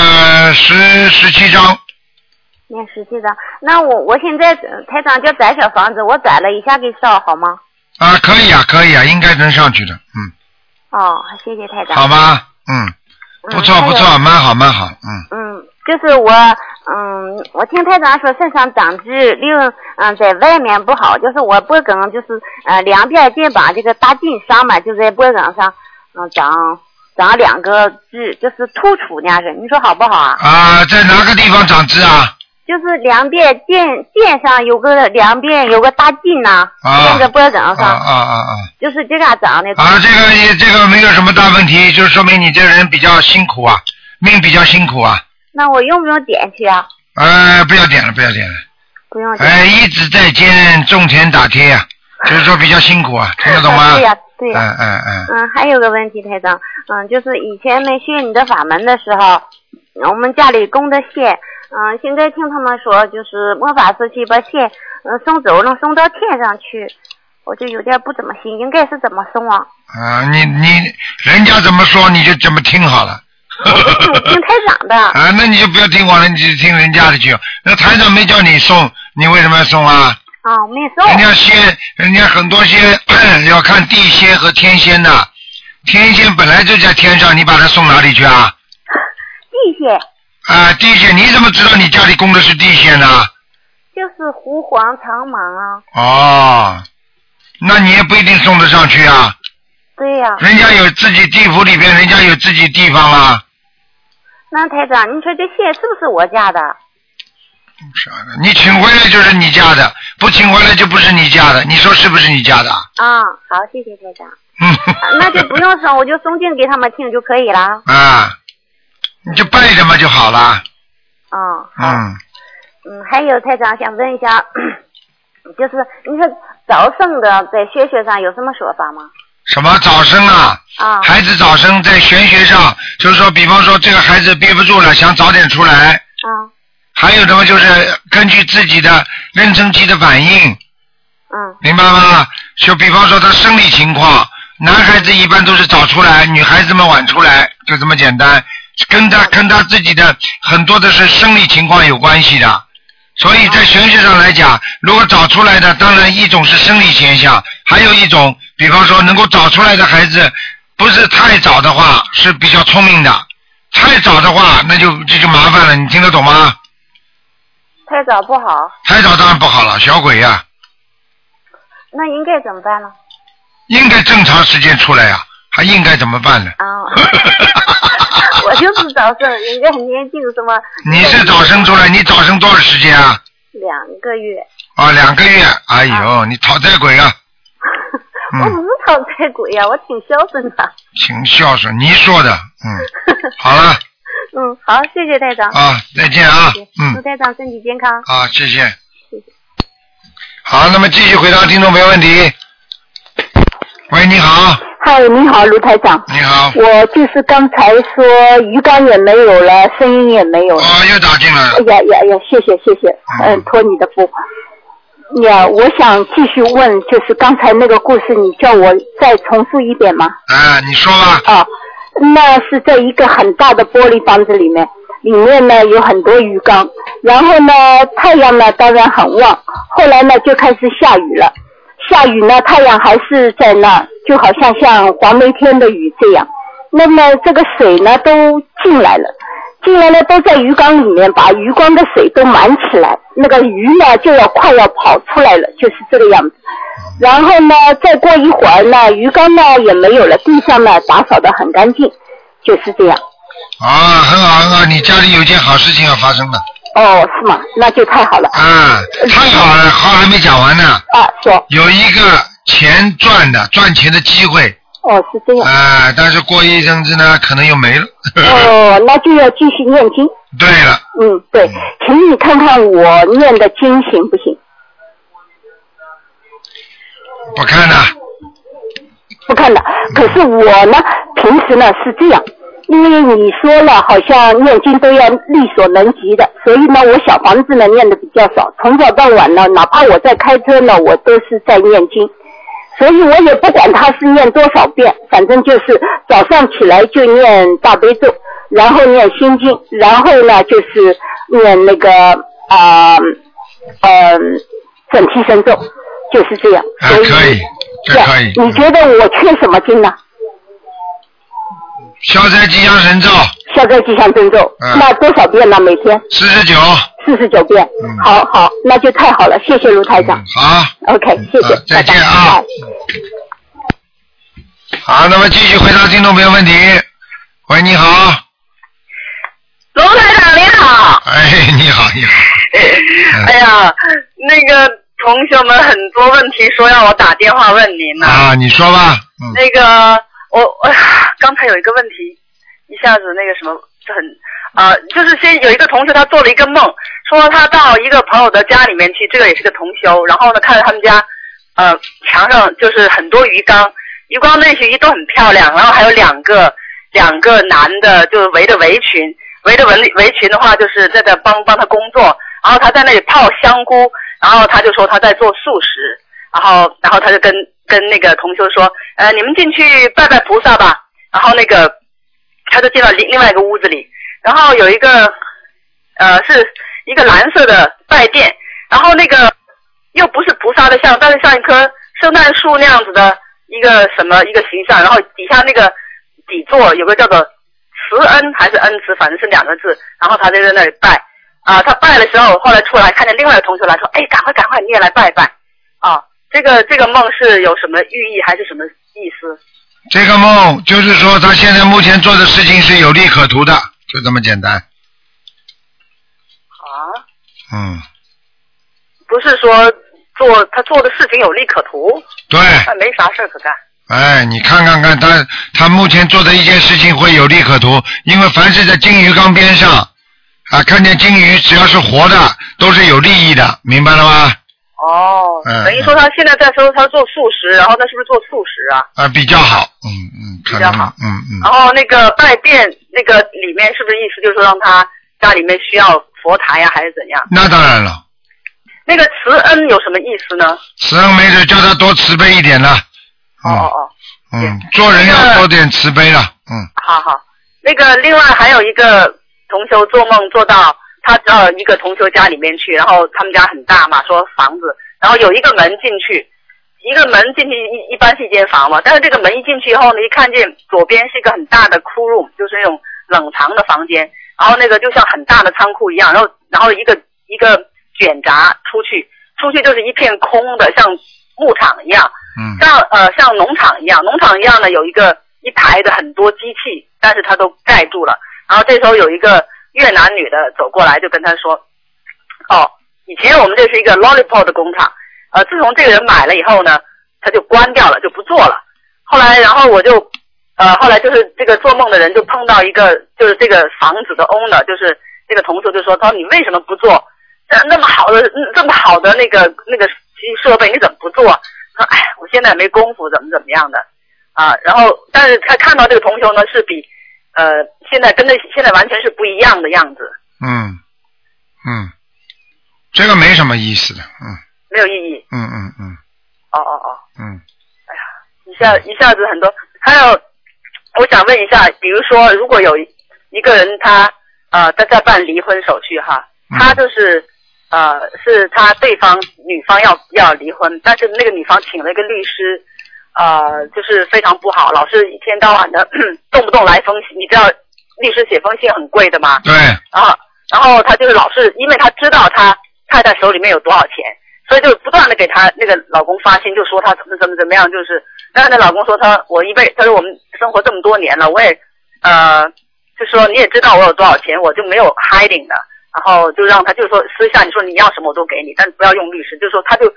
十十七章。念十七张，那我我现在呃台长叫攒小房子，我攒了一下给烧好吗？啊，可以啊，可以啊，应该能上去的，嗯，哦，谢谢台长。好吧，嗯，嗯不错不。还错，有蛮好蛮好，嗯，嗯，就是我，嗯，我听台长说身上长痣，另嗯在外面不好，就是我脖梗就是呃两边肩膀这个大筋上面就在脖梗上，嗯长长两个痣，就是突出那是，你说好不好啊？啊，在哪个地方长痣啊？就是两边肩肩上有个两边有个大筋呐、啊那个脖梗啊上，啊啊啊！就是这嘎长的。啊，这个也这个没有什么大问题，就说明你这人比较辛苦啊，命比较辛苦啊。那我用不用点去啊？呃，不要点了，不要点了。不用点。哎，一直在兼种田打铁呀、就是说比较辛苦 啊，听得懂吗？对呀、对呀、嗯嗯嗯，嗯，还有个问题，台长，嗯，就是以前没学你的法门的时候，我们家里供的线，嗯，现在听他们说，就是魔法师去把线，嗯，送走，能送到天上去，我就有点不怎么 嗯信，应该是怎么送啊？啊，你你人家怎么说你就怎么听好了。 我听台长的。啊，那你就不要听我的，你就听人家的去。那台长没叫你送，你为什么要送啊？啊，没送。人家仙，人家很多仙 要看地仙和天仙的，天仙本来就在天上，你把它送哪里去啊？ 地仙啊，地仙，你怎么知道你家里供的是地仙呢？就是狐黄长蟒啊。哦，那你也不一定送得上去啊。对呀、人家有自己地府里边，人家有自己地方啦。那台长，你说这蟹是不是我家的？啥的，你请回来就是你家的，不请回来就不是你家的，你说是不是你家的？啊，好，谢谢台长。嗯， 啊那就不用送，我就送进给他们听就可以了。啊，你就拜着嘛就好了。啊，嗯，嗯，还有台长想问一下，就是你说早生的在学学上有什么说法吗？什么早生啊？啊，孩子早生在玄学上，就是说，比方说这个孩子憋不住了，想早点出来。啊，还有的嘛，就是根据自己的妊娠期的反应，嗯，明白吗？就比方说他生理情况，男孩子一般都是早出来，女孩子们晚出来，就这么简单。跟他跟他自己的很多的是生理情况有关系的，所以在玄学上来讲，如果早出来的，当然一种是生理现象，还有一种，比方说能够早出来的孩子，不是太早的话是比较聪明的，太早的话那就这就麻烦了，你听得懂吗？太早不好，太早当然不好了，小鬼呀、那应该怎么办呢？应该正常时间出来呀、还应该怎么办呢？啊，我就是早生，人家很年轻，什么你是早生出来，你早生多少时间啊？两个月，啊，两个月。哎呦，你讨债鬼 啊！嗯我不是讨债鬼呀，我挺孝顺的。请孝顺，你说的，嗯， 好了嗯，好，谢谢台长，啊，再见啊，祝嗯，台长身体健康。啊，谢谢。好，那么继续回答听众朋友问题。喂，你好，嗨，你好，卢台长。你好，我就是刚才说鱼竿也没有了，声音也没有了。哦，又打进来哎了，呀呀呀！谢谢谢谢，嗯、托你的福。呀，我想继续问，就是刚才那个故事，你叫我再重复一遍吗？哎，你说吧，啊，那是在一个很大的玻璃房子里面，里面呢有很多鱼缸，然后呢太阳呢当然很旺，后来呢就开始下雨了，下雨呢太阳还是在那儿，就好像像黄梅天的雨这样，那么这个水呢都进来了。进来呢，都在鱼缸里面把鱼缸的水都满起来，那个鱼呢就要快要跑出来了，就是这个样子。然后呢，再过一会儿呢，鱼缸呢也没有了，地上呢打扫的很干净，就是这样。啊，很好很好，你家里有件好事情要发生了，哦，是吗？那就太好了啊，太好了，话还没讲完呢，啊！说，有一个钱赚的赚钱的机会，哦，是这样。啊、但是过一阵子呢，可能又没了。哦，那就要继续念经。对了，嗯，对，请你看看我念的经行不行？不看了，不看的。可是我呢，平时呢是这样，因为你说了，好像念经都要力所能及的，所以呢，我小房子呢念的比较少，从早到晚呢，哪怕我在开车呢，我都是在念经。所以我也不管他是念多少遍，反正就是早上起来就念大悲咒，然后念心经，然后呢就是念那个啊嗯、呃准提神咒，就是这样。啊，所可以，这对可以。你觉得我缺什么经呢？消灾吉祥神咒消灾吉祥真咒，嗯那多少遍呢？每天四十九，四十九遍。嗯好好，那就太好了，谢谢卢台长。好， OK，谢谢，啊再见拜拜啊拜拜好，那么继续回答听众朋友问题。喂，你好，卢台长您好，哎，你好，你好，嗯哎呀，那个同学们很多问题说让我打电话问您呢、啊，你说吧，嗯，那个我我刚才有一个问题，一下子那个什么就很啊、就是先有一个同学他做了一个梦，说他到一个朋友的家里面去，这个也是个同修，然后呢看到他们家呃墙上就是很多鱼缸，鱼缸那些鱼都很漂亮，然后还有两个两个男的就围着围裙，围着围围裙的话就是在那帮帮他工作，然后他在那里泡香菇，然后他就说他在做素食，然后然后他就跟跟那个同修说，呃，你们进去拜拜菩萨吧。然后那个他就进到另另外一个屋子里，然后有一个呃是一个蓝色的拜垫，然后那个又不是菩萨的像，但是像一棵圣诞树那样子的一个什么一个形象，然后底下那个底座有个叫做慈恩还是恩慈，反正是两个字，然后他就在那里拜啊、他拜的时候，后来出来看见另外的同学来说，哎，赶快赶快，你也来拜一拜啊。这个这个梦是有什么寓意还是什么意思？这个梦就是说他现在目前做的事情是有利可图的，就这么简单。啊，嗯，不是说做他做的事情有利可图，对，但没啥事儿可干。哎，你看看看他，他目前做的一件事情会有利可图，因为凡是在金鱼缸边上啊，看见金鱼只要是活的，都是有利益的，明白了吗？哦，嗯等于说他现在在说他做素食，然后那是不是做素食啊？啊，比较好，嗯嗯，可能，嗯嗯，然后那个拜殿那个里面是不是意思就是说让他家里面需要佛台呀、还是怎样？那当然了，那个慈恩有什么意思呢？慈恩没事，叫他多慈悲一点了。哦哦哦，嗯，做人要多点慈悲了，嗯，好好。那个另外还有一个同修做梦做到他到一个同修家里面去，然后他们家很大嘛，说房子，然后有一个门进去，一个门进去一一般是一间房嘛，但是这个门一进去以后呢，一看见左边是一个很大的 cool room，就是那种冷藏的房间，然后那个就像很大的仓库一样，然后然后一个一个卷闸出去，出去就是一片空的，像牧场一样，嗯像呃像农场一样，农场一样呢有一个一排的很多机器，但是它都盖住了。然后这时候有一个越南女的走过来，就跟他说：“哦，以前我们这是一个 lollipop 的工厂，呃，自从这个人买了以后呢，他就关掉了，就不做了。后来，然后我就，呃，后来就是这个做梦的人就碰到一个，就是这个房子的 owner，就是这个同事就说，他说你为什么不做？这那么好的，嗯这么好的那个那个设备，你怎么不做？他说，哎，我现在没功夫，怎么怎么样的啊？然后，但是他看到这个同学呢，是比，呃，现在跟那现在完全是不一样的样子，嗯，嗯，这个没什么意思的，嗯没有意义。嗯嗯嗯哦哦哦。嗯，一下一下子很多。还有，我想问一下，比如说，如果有一个人他呃他在办离婚手续哈，嗯他就是呃是他对方女方要要离婚，但是那个女方请了一个律师，呃就是非常不好，老是一天到晚的 动不动来封信，你知道律师写封信很贵的吗？对，啊，然后他就是老是，因为他知道他太太手里面有多少钱，所以就不断的给他那个老公发信，就说他怎么怎么怎么样，就是，但是那老公说他我一辈，他说我们生活这么多年了，我也呃，就说你也知道我有多少钱，我就没有 hiding 的，然后就让他就说私下你说你要什么我都给你，但不要用律师，就说他就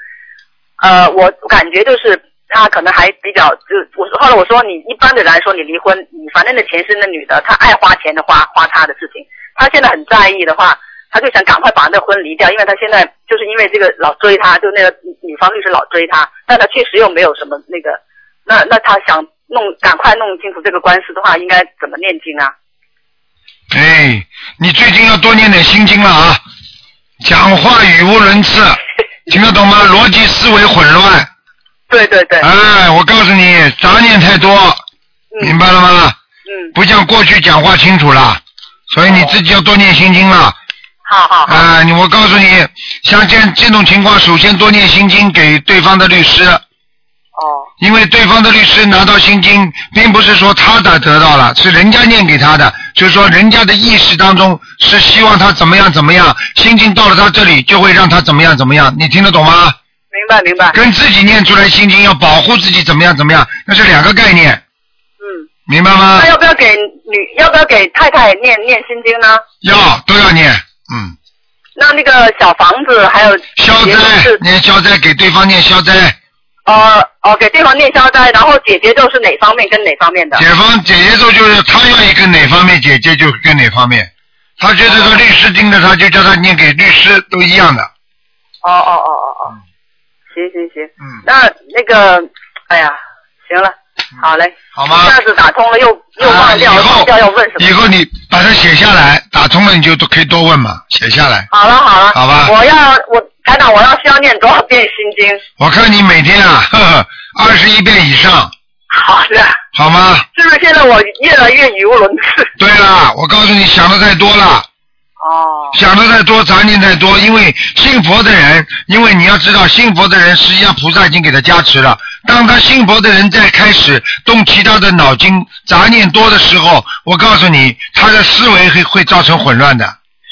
呃，我感觉就是呃他可能还比较，就我后来我说你一般的来说，你离婚，你反正那钱是那女的，她爱花钱的花花她的事情，她现在很在意的话，她就想赶快把那婚离掉，因为她现在就是因为这个老追她，就那个女方律师老追她，但她确实又没有什么那个，那那她想弄赶快弄清楚这个官司的话，应该怎么念经啊？哎，你最近要多念点心经了啊，讲话语无伦 次，听得懂吗？逻辑思维混乱，对对对，哎，我告诉你，杂念太多，明白了吗？嗯，不像过去讲话清楚了，所以你自己要多念心经了。好好好，啊、你我告诉你，像这这种情况，首先多念心经给对方的律师。哦，因为对方的律师拿到心经，并不是说他的得到了，是人家念给他的，就是说人家的意识当中是希望他怎么样怎么样，心经到了他这里就会让他怎么样怎么样，你听得懂吗？明白明白，跟自己念出来心经要保护自己怎么样怎么样，那是两个概念，嗯，明白吗那？要不要给女要不要给太太念念心经呢？要都要念，嗯，那那个小房子还有消结咒灾是念消灾，给对方念消灾，哦哦，给对方念消灾，然后解结咒是哪方面跟哪方面的？解放解决之后就是他愿意跟哪方面解决就跟哪方面，他觉得他律师盯着他就叫他念给律师都一样的，哦哦哦哦哦，行行行，嗯，那那个，哎呀，行了，好嘞，好一吗？下子打通了又又啊，忘以掉了，忘后掉要问什以么。后你把它写下来，打通了你就都可以多问嘛，写下来。好了好了，好吧我要我台长，我要需要念多少遍心经？我看你每天啊，呵呵，二十一遍以上，好的，好吗？是不是现在我越来越语无伦次？对了，我告诉你，想的太多了。哦，想的太多，杂念太多，因为信佛的人，因为你要知道，信佛的人实际上菩萨已经给他加持了。当他信佛的人再开始动其他的脑筋，杂念多的时候，我告诉你，他的思维会会造成混乱的。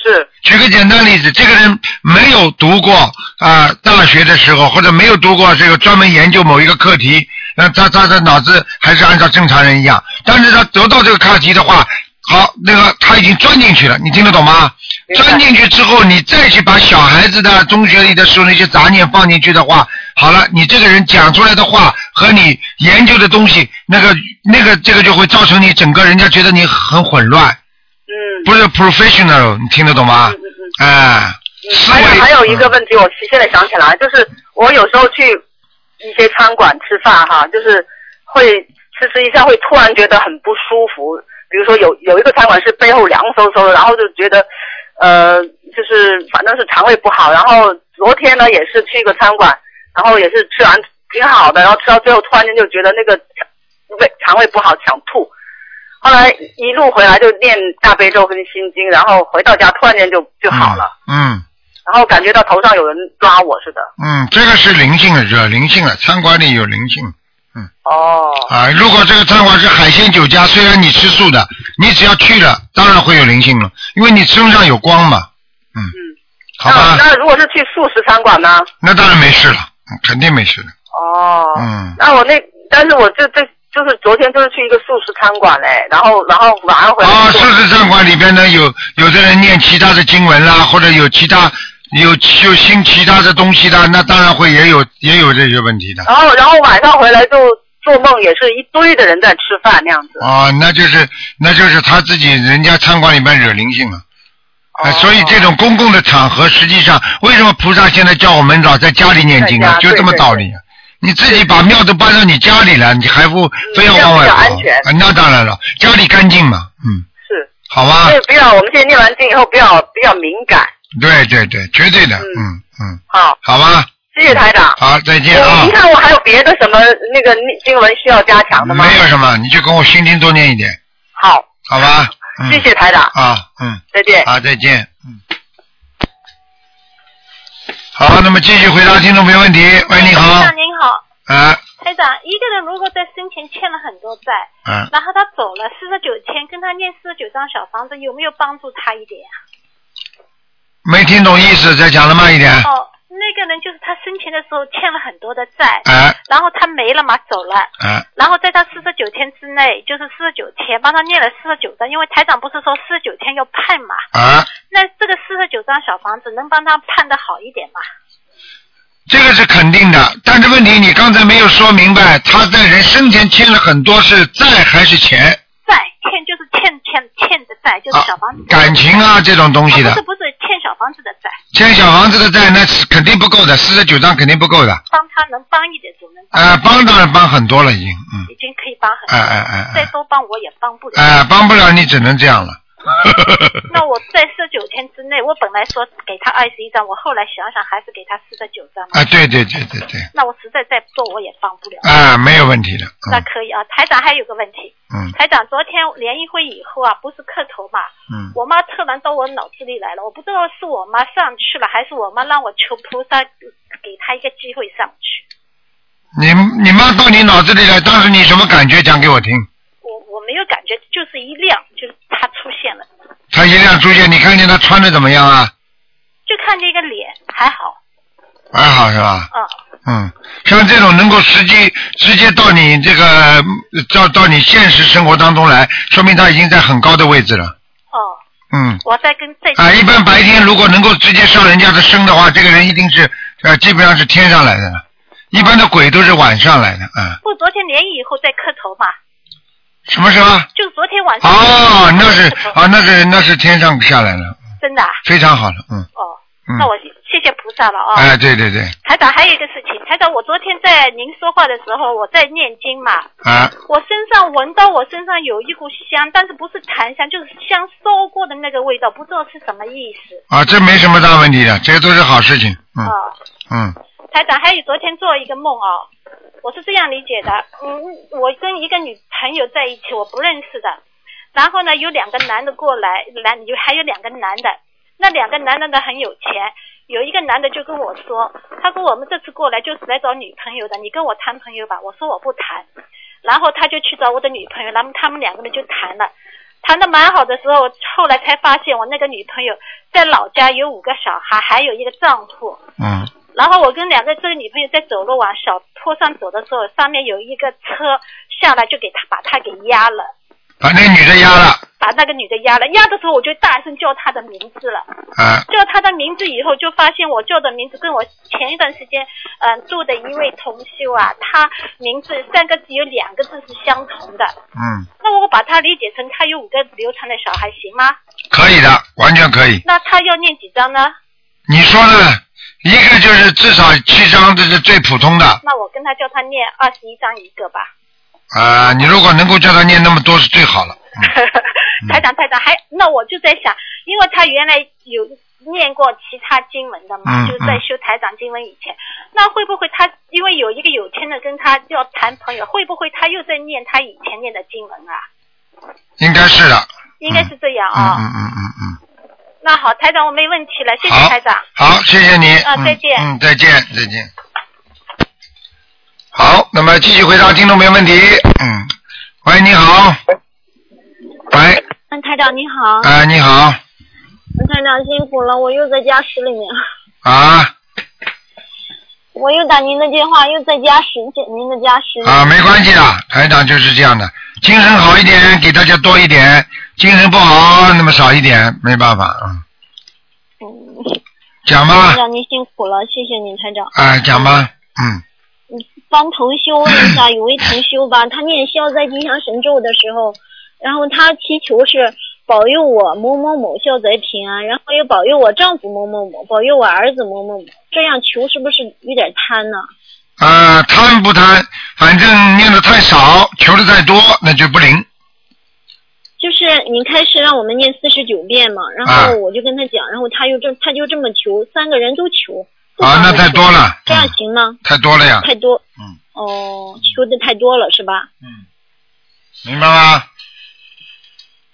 是举个简单例子，这个人没有读过啊、大学的时候，或者没有读过这个专门研究某一个课题，那他他的脑子还是按照正常人一样，但是他得到这个课题的话，好，那个他已经钻进去了，你听得懂吗？明白钻进去之后，你再去把小孩子的中学里的时候那些杂念放进去的话，好了，你这个人讲出来的话和你研究的东西，那个那个这个就会造成你整个人家觉得你很混乱，嗯，不是 professional，你听得懂吗？嗯嗯嗯。哎，思还维有还有一个问题，我现在想起来，就是我有时候去一些餐馆吃饭哈，就是会吃吃一下，会突然觉得很不舒服。比如说有有一个餐馆是背后凉飕飕的，然后就觉得呃，就是反正是肠胃不好。然后昨天呢也是去一个餐馆，然后也是吃完挺好的，然后吃到最后突然间就觉得那个肠胃肠胃不好，想吐。后来一路回来就念大悲咒跟心经，然后回到家突然间就就好了。。嗯然后感觉到头上有人抓我似的。嗯，这个是灵性了，惹灵性了，餐馆里有灵性哦，啊。如果这个餐馆是海鲜酒家，虽然你吃素的，你只要去了，当然会有灵性了，因为你身上有光嘛。嗯，好吧，啊那那如果是去素食餐馆呢？那当然没事了，嗯肯定没事的。哦，嗯那我那但是我这这就是昨天就是去一个素食餐馆嘞，然后然后晚上回来啊，就素食餐馆里边呢，有有的人念其他的经文啦，或者有其他有有新其他的东西啦，那当然会也有也有这些问题的。然后然后晚上回来就做梦，也是一堆的人在吃饭那样子。啊，那就是那就是他自己人家餐馆里面惹灵性了、呃哦所以这种公共的场合，实际上为什么菩萨现在叫我们老在家里念经啊？在家就这么对对道理、啊。你自己把庙都搬到你家里了，你还不非要这样往外比较跑？安全啊那当然了，家里干净嘛，嗯，是，好吧所，以不要我们现在念完经以后不要比较敏感。对对对，绝对的，嗯嗯嗯，好，好吧，谢谢台长。好，再见啊我您。看我还有别的什么那个经文需要加强的吗？没有什么，你就跟我心经多念一点，好，好吧？嗯、谢谢台长，啊，嗯。再见。好，再见。嗯。好，那么继续回答听众朋友问题。喂，你好哎台。长您嗯好，啊台长，一个人如果在生前欠了很多债，啊，然后他走了四十九天，跟他念四十九张小房子，有没有帮助他一点啊？没听懂意思，再讲的慢一点。哦，那个人就是他生前的时候欠了很多的债，啊然后他没了嘛，走了。啊然后在他四十九天之内，就是四十九天，帮他念了四十九张，因为台长不是说四十九天要判嘛？啊！那这个四十九张小房子能帮他判的好一点吗？这个是肯定的，但是问题你刚才没有说明白，他在人生前欠了很多是债还是钱债欠就是欠欠欠的债，就是啊小房子、？感情啊这种东西哦的不是，不是欠小房子的债，欠小房子的债那是肯定不够的，四十九张肯定不够的。帮他能帮一点总能帮，呃，帮当然帮很多了已经，嗯，已经可以帮很多哎哎哎再哎，多帮我也帮不了。哎，帮不了你只能这样了。 那我在四十九天之内，我本来说给他二十一张，我后来想想还是给他四十九张 嘛。啊，对对对对对，那我实在再多我也帮不了。啊，没有问题的。那可以啊，台长还有个问题，嗯台长昨天联谊会以后啊，不是磕头嘛，嗯我妈突然到我脑子里来了，我不知道是我妈上去了，还是我妈让我求菩萨给她一个机会上去。嗯，你你妈到你脑子里来，当时你什么感觉？讲给我听。我我没有感觉，就是一亮，就是她出现了，她一辆出现，你看见她穿的怎么样啊？就看见一个脸，还好，还好是吧？嗯，嗯，像这种能够实际直接到你这个到到你现实生活当中来，说明她已经在很高的位置了。哦，嗯，我在跟在啊，一般白天如果能够直接上人家的身的话，这个人一定是呃基本上是天上来的了，一般的鬼都是晚上来的啊。不，昨天联谊以后在磕头嘛，什么什么？就昨天晚上。哦，那是磕头啊，那是那是天上下来了，真的啊、非常好了，嗯。哦，嗯那我谢谢菩萨了啊、哎，对对对，台长，还有一个事情，台长，我昨天在您说话的时候，我在念经嘛，啊，我身上闻到我身上有一股香，但是不是檀香，就是香烧过的那个味啊道，不知道是什么意思啊，这没什么大问题的，这都是好事情。嗯啊、嗯，台长，还有昨天做一个梦哦，我是这样理解的，嗯，我跟一个女朋友在一起，我不认识的，然后呢，有两个男的过来，男有还有两个男的，那两个男的呢很有钱，有一个男的就跟我说，他说我们这次过来就是来找女朋友的，你跟我谈朋友吧，我说我不谈，然后他就去找我的女朋友，然后他们两个人就谈了。谈的蛮好的时候，后来才发现我那个女朋友在老家有五个小孩，还有一个丈夫。嗯然后我跟两个这个女朋友在走路往小坡上走的时候，上面有一个车下来就给她把她给压了，把那女的压了把那个女的压了。压的时候我就大声叫她的名字了，啊叫她的名字以后就发现我叫的名字跟我前一段时间嗯、呃住的一位同修啊，他名字三个字有两个字是相同的。嗯，那我把它理解成他有五个流产的小孩行吗？可以的，完全可以。那他要念几张呢？你说的一个就是至少七张，这是最普通的那我跟他叫他念二十一张一个吧。啊、你如果能够叫他念那么多是最好了。台长，台长，还那我就在想，因为他原来有念过其他经文的嘛，嗯就是在修台长经文以前，那会不会他因为有一个有钱的跟他要谈朋友，会不会他又在念他以前念的经文啊？应该是的。应该是这样嗯啊、嗯嗯嗯嗯。那好，台长，我没问题了，谢谢好台长。好，谢谢你。啊再见嗯，嗯再见，再见。好，那么继续回答听众朋友问题。嗯，喂，你好。喂，嗯，台长你好，啊、你好，台长辛苦了，我又在家十里面，啊我又打您的电话，又在家十里，您的家十里啊，没关系的，台长就是这样的，精神好一点给大家多一点，精神不好那么少一点，没办法啊、嗯。讲吧台，长您辛苦了，谢谢你，台长。啊、讲吧，嗯，帮同修问一下， 有位同修吧，他念消灾吉祥神咒的时候，然后他祈求是保佑我某某某消灾平安，然后又保佑我丈夫某某某，保佑我儿子某某某，这样求是不是有点贪呢？啊，贪不贪？反正念的太少，求的太多，那就不灵。就是你开始让我们念四十九遍嘛，然啊后我就跟他讲，然后他又这他就这么求，三个人都求，啊，那太多了，这样行吗？太嗯多了呀，太多，嗯，哦，求的太多了是吧？明白吗？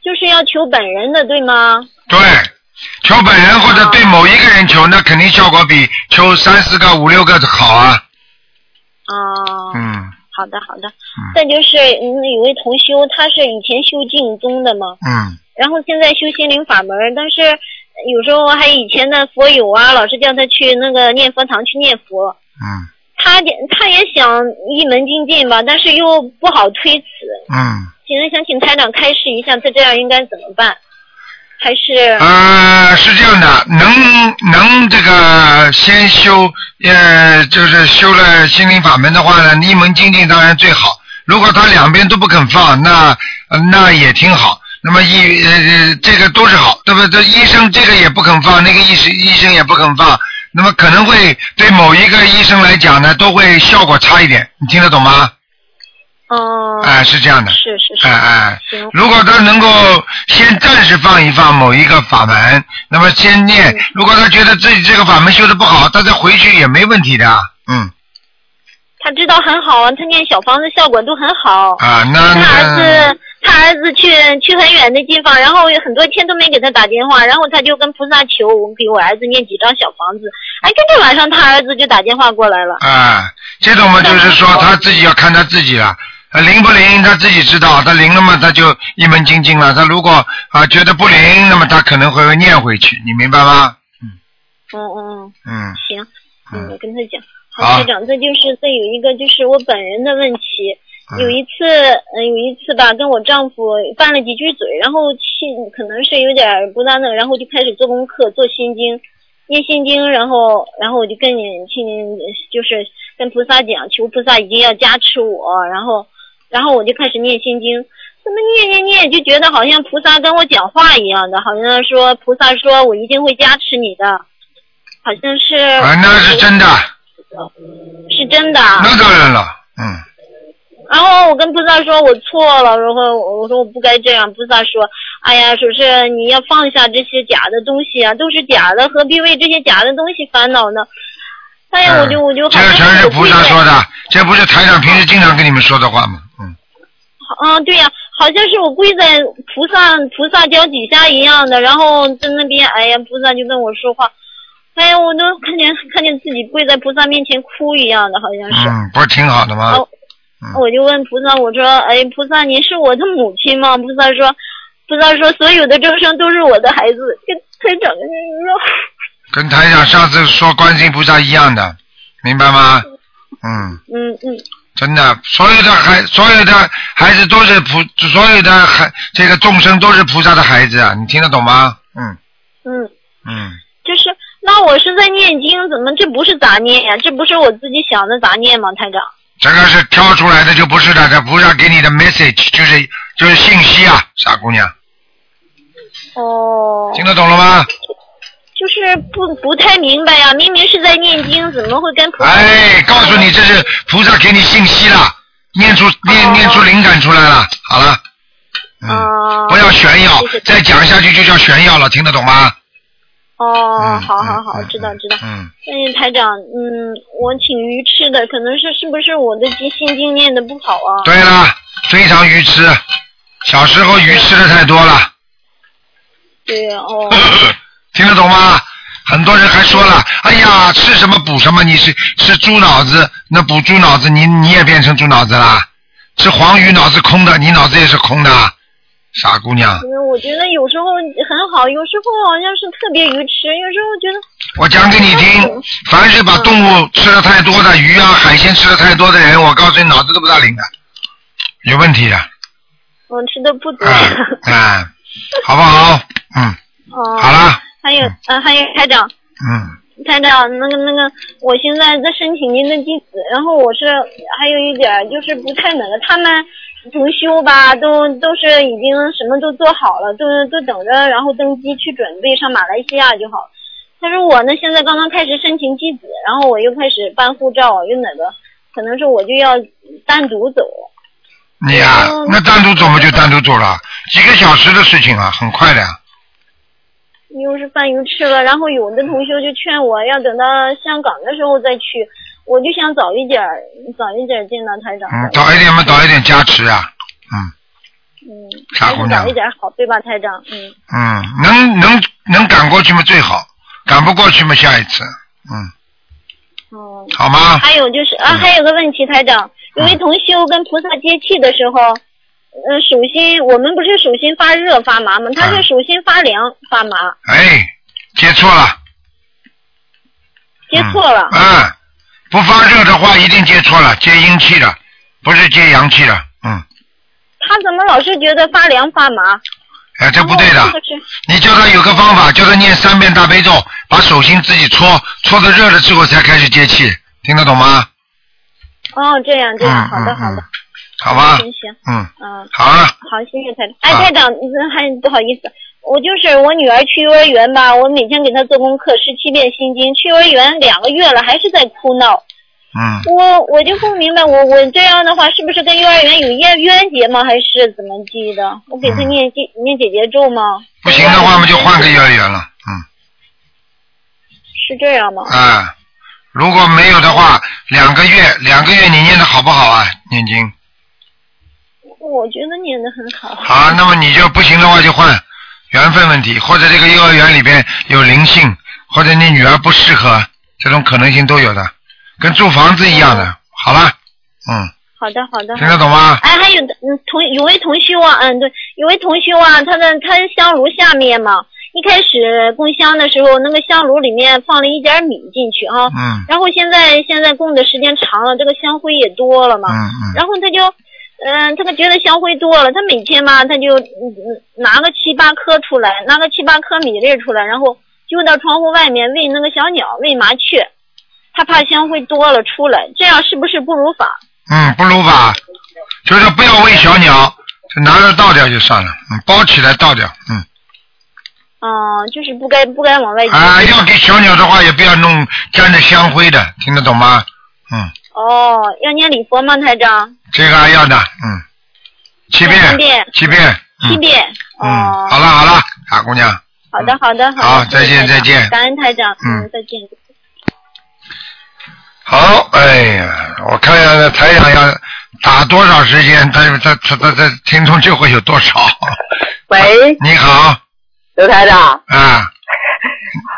就是要求本人的对吗？对，求本人或者对某一个人求，那肯定效果比求三四个、五六个的好啊。啊，嗯好的好的。再就是嗯，有位同修，他是以前修净宗的嘛，嗯然后现在修心灵法门，但是有时候还以前的佛友啊，老是叫他去那个念佛堂去念佛，嗯他也他也想一门精进吧，但是又不好推辞。嗯。请问想请台长开示一下，他这样应该怎么办？还是呃，是这样的，能能这个先修，呃，就是修了心灵法门的话呢，一门精进当然最好。如果他两边都不肯放，那、呃那也挺好。那么医呃这个都是好，对不对？医生这个也不肯放，那个医生医生也不肯放，那么可能会对某一个医生来讲呢，都会效果差一点。你听得懂吗？嗯，哎、是这样的。是是是，哎哎行，如果他能够先暂时放一放某一个法门，那么先念。嗯如果他觉得自己这个法门修的不好，他再回去也没问题的。嗯他知道很好啊，他念小房子效果都很好。啊，那他儿那子他儿子去去很远的地方，然后有很多天都没给他打电话，然后他就跟菩萨求，我给我儿子念几张小房子。哎，跟着晚上他儿子就打电话过来了。啊，这种嘛就是说他自己要看他自己了。呃灵不灵，他自己知道。他灵了嘛，他就一门精进了。他如果啊觉得不灵，那么他可能会念回去，你明白吗？嗯嗯嗯，嗯行，嗯，我跟他讲。好好，学长，这就是这有一个就是我本人的问题。嗯有一次，嗯、有一次吧，跟我丈夫拌了几句嘴，然后气可能是有点儿不大那个，然后就开始做功课，做心经，念心经，然后，然后我就跟你去，就是跟菩萨讲，求菩萨已经要加持我，然后，然后我就开始念心经，怎么念念念就觉得好像菩萨跟我讲话一样的，好像说菩萨说我一定会加持你的，好像是啊，那是真的，是真的。那当然了。嗯。然后我跟菩萨说，我错了，然后我说我不该这样。菩萨说，哎呀，说是你要放下这些假的东西啊，都是假的，何必为这些假的东西烦恼呢？哎呀，我就我就嗯这好个像全是有菩愧萨在说的，这不是台长平时经常跟你们说的话吗？啊，对呀、好像是我跪在菩萨菩萨脚底下一样的，然后在那边，哎呀，菩萨就跟我说话，哎呀，我都看见看见自己跪在菩萨面前哭一样的，好像是。嗯，不是挺好的吗？嗯哦我就问菩萨，我说，哎，菩萨，您是我的母亲吗？菩萨说，菩萨说，所有的众生都是我的孩子。跟开长，跟台长上次说观世音菩萨一样的，明白吗？嗯，嗯嗯，真的，所有的孩，所有的孩子都是菩，所有的孩，这个众生都是菩萨的孩子啊，你听得懂吗？嗯嗯，嗯，就是，那我是在念经，怎么这不是杂念呀、这不是我自己想的杂念吗？台长，这个是挑出来的，就不是的，这菩萨给你的 message 就是就是信息啊，傻姑娘，哦，听得懂了吗？就是不不太明白呀、明明是在念经，怎么会跟菩萨？哎，告诉你这是菩萨给你信息了，念出哦念念出灵感出来了，好了，哦嗯，不要炫耀，再讲下去就叫炫耀了，听得懂吗？哦，好好好，知道知道。嗯，嗯，台长，嗯，我挺愚痴的，可能是是不是我的心心经念的不好啊？对了，非常愚痴，小时候愚痴的太多了，对哦， 听得懂吗？很多人还说了，哎呀，吃什么补什么，你是吃猪脑子，那补猪脑子，你你也变成猪脑子啦？吃黄鱼脑子空的，你脑子也是空的，傻姑娘。因为我觉得有时候很好，有时候好像是特别愚痴，有时候觉得我讲给你听，凡是把动物吃的太多的鱼啊、海鲜吃的太多的人，我告诉你，脑子都不大灵的，有问题的，啊我嗯吃的不多。哎、好不好？嗯哦，好了。还有，嗯、还有台长，嗯，台长，那个那个，我现在在申请您的弟子，然后我是还有一点儿就是不太能，他们同修吧，都都是已经什么都做好了，都都等着然后登机去准备上马来西亚就好了。但是我呢，现在刚刚开始申请弟子，然后我又开始办护照，又哪个，可能是我就要单独走。你呀、那单独走嘛就单独走了，几个小时的事情啊，很快的呀。又是犯愚痴了。然后有的同学就劝我要等到香港的时候再去，我就想早一点儿，早一点儿见到台长。嗯，早一点嘛，早一点加持啊。嗯嗯，傻姑娘还是早一点儿好，对吧，台长？嗯，嗯，能能能赶过去嘛最好，赶不过去嘛下一次。嗯，哦。好吗？嗯还有就是啊，还有个问题，台长，因为同修跟菩萨接气的时候，呃，手心我们不是手心发热发麻嗯吗？他是手心发凉发麻，哎，接错了，接错了。嗯，不发热的话一定接错了，接阴气了，不是接阳气了。嗯，他怎么老是觉得发凉发麻？哎，这不对的。这哦个是你叫他有个方法，叫他念三遍大悲咒，把手心自己搓，搓的热了之后才开始接气，听得懂吗？哦，这样这嗯样，好的嗯好的嗯，，好吧，行行。嗯，嗯，好了，好，谢谢啊台长。哎，台长，嗯还不好意思，我就是我女儿去幼儿园吧，我每天给她做功课，十七遍心经。去幼儿园两个月了，还是在哭闹。嗯，我我就不明白，我我这样的话，是不是跟幼儿园有冤冤结吗？还是怎么地的？我给她嗯念姐、念姐姐咒吗？不行的话我们就换个幼儿园了，嗯，是这样吗？啊，如果没有的话，两个月，两个月你念的好不好啊？念经，我觉得念的很好。好，那么你就不行的话就换，缘分问题，或者这个幼儿园里边有灵性，或者你女儿不适合，这种可能性都有的，跟住房子一样的。好了，嗯，好的，好的。听得懂吗哎，还有的，嗯，同有位同修啊，嗯，对，有位同修啊，他的他香炉下面嘛，一开始供香的时候，那个香炉里面放了一点米进去啊，嗯然后现在现在供的时间长了，这个香灰也多了嘛，嗯嗯然后他就，嗯、他就觉得香灰多了，他每天嘛，他就嗯嗯拿个七八颗出来，拿个七八颗米粒儿出来，然后丢到窗户外面喂那个小鸟，喂麻雀，他怕香灰多了出来，这样是不是不如法？嗯，不如法，就是不要喂小鸟，就拿着倒掉就算了，嗯，包起来倒掉，嗯，嗯，就是不该不该往外丢。啊，要给小鸟的话也不要弄沾着香灰的，听得懂吗？嗯，哦，要念礼佛吗，台长？哦这个要的，嗯，七哎遍三遍，七遍，七嗯，遍。哦嗯，好了好了，傻姑娘，好的，好的，嗯好的。谢谢再见嗯台长嗯再见感恩台长，嗯嗯，再见。好，哎呀，我看一下台长要打多少时间，他他他他他听众就会有多少。喂， 你好，刘台长，啊，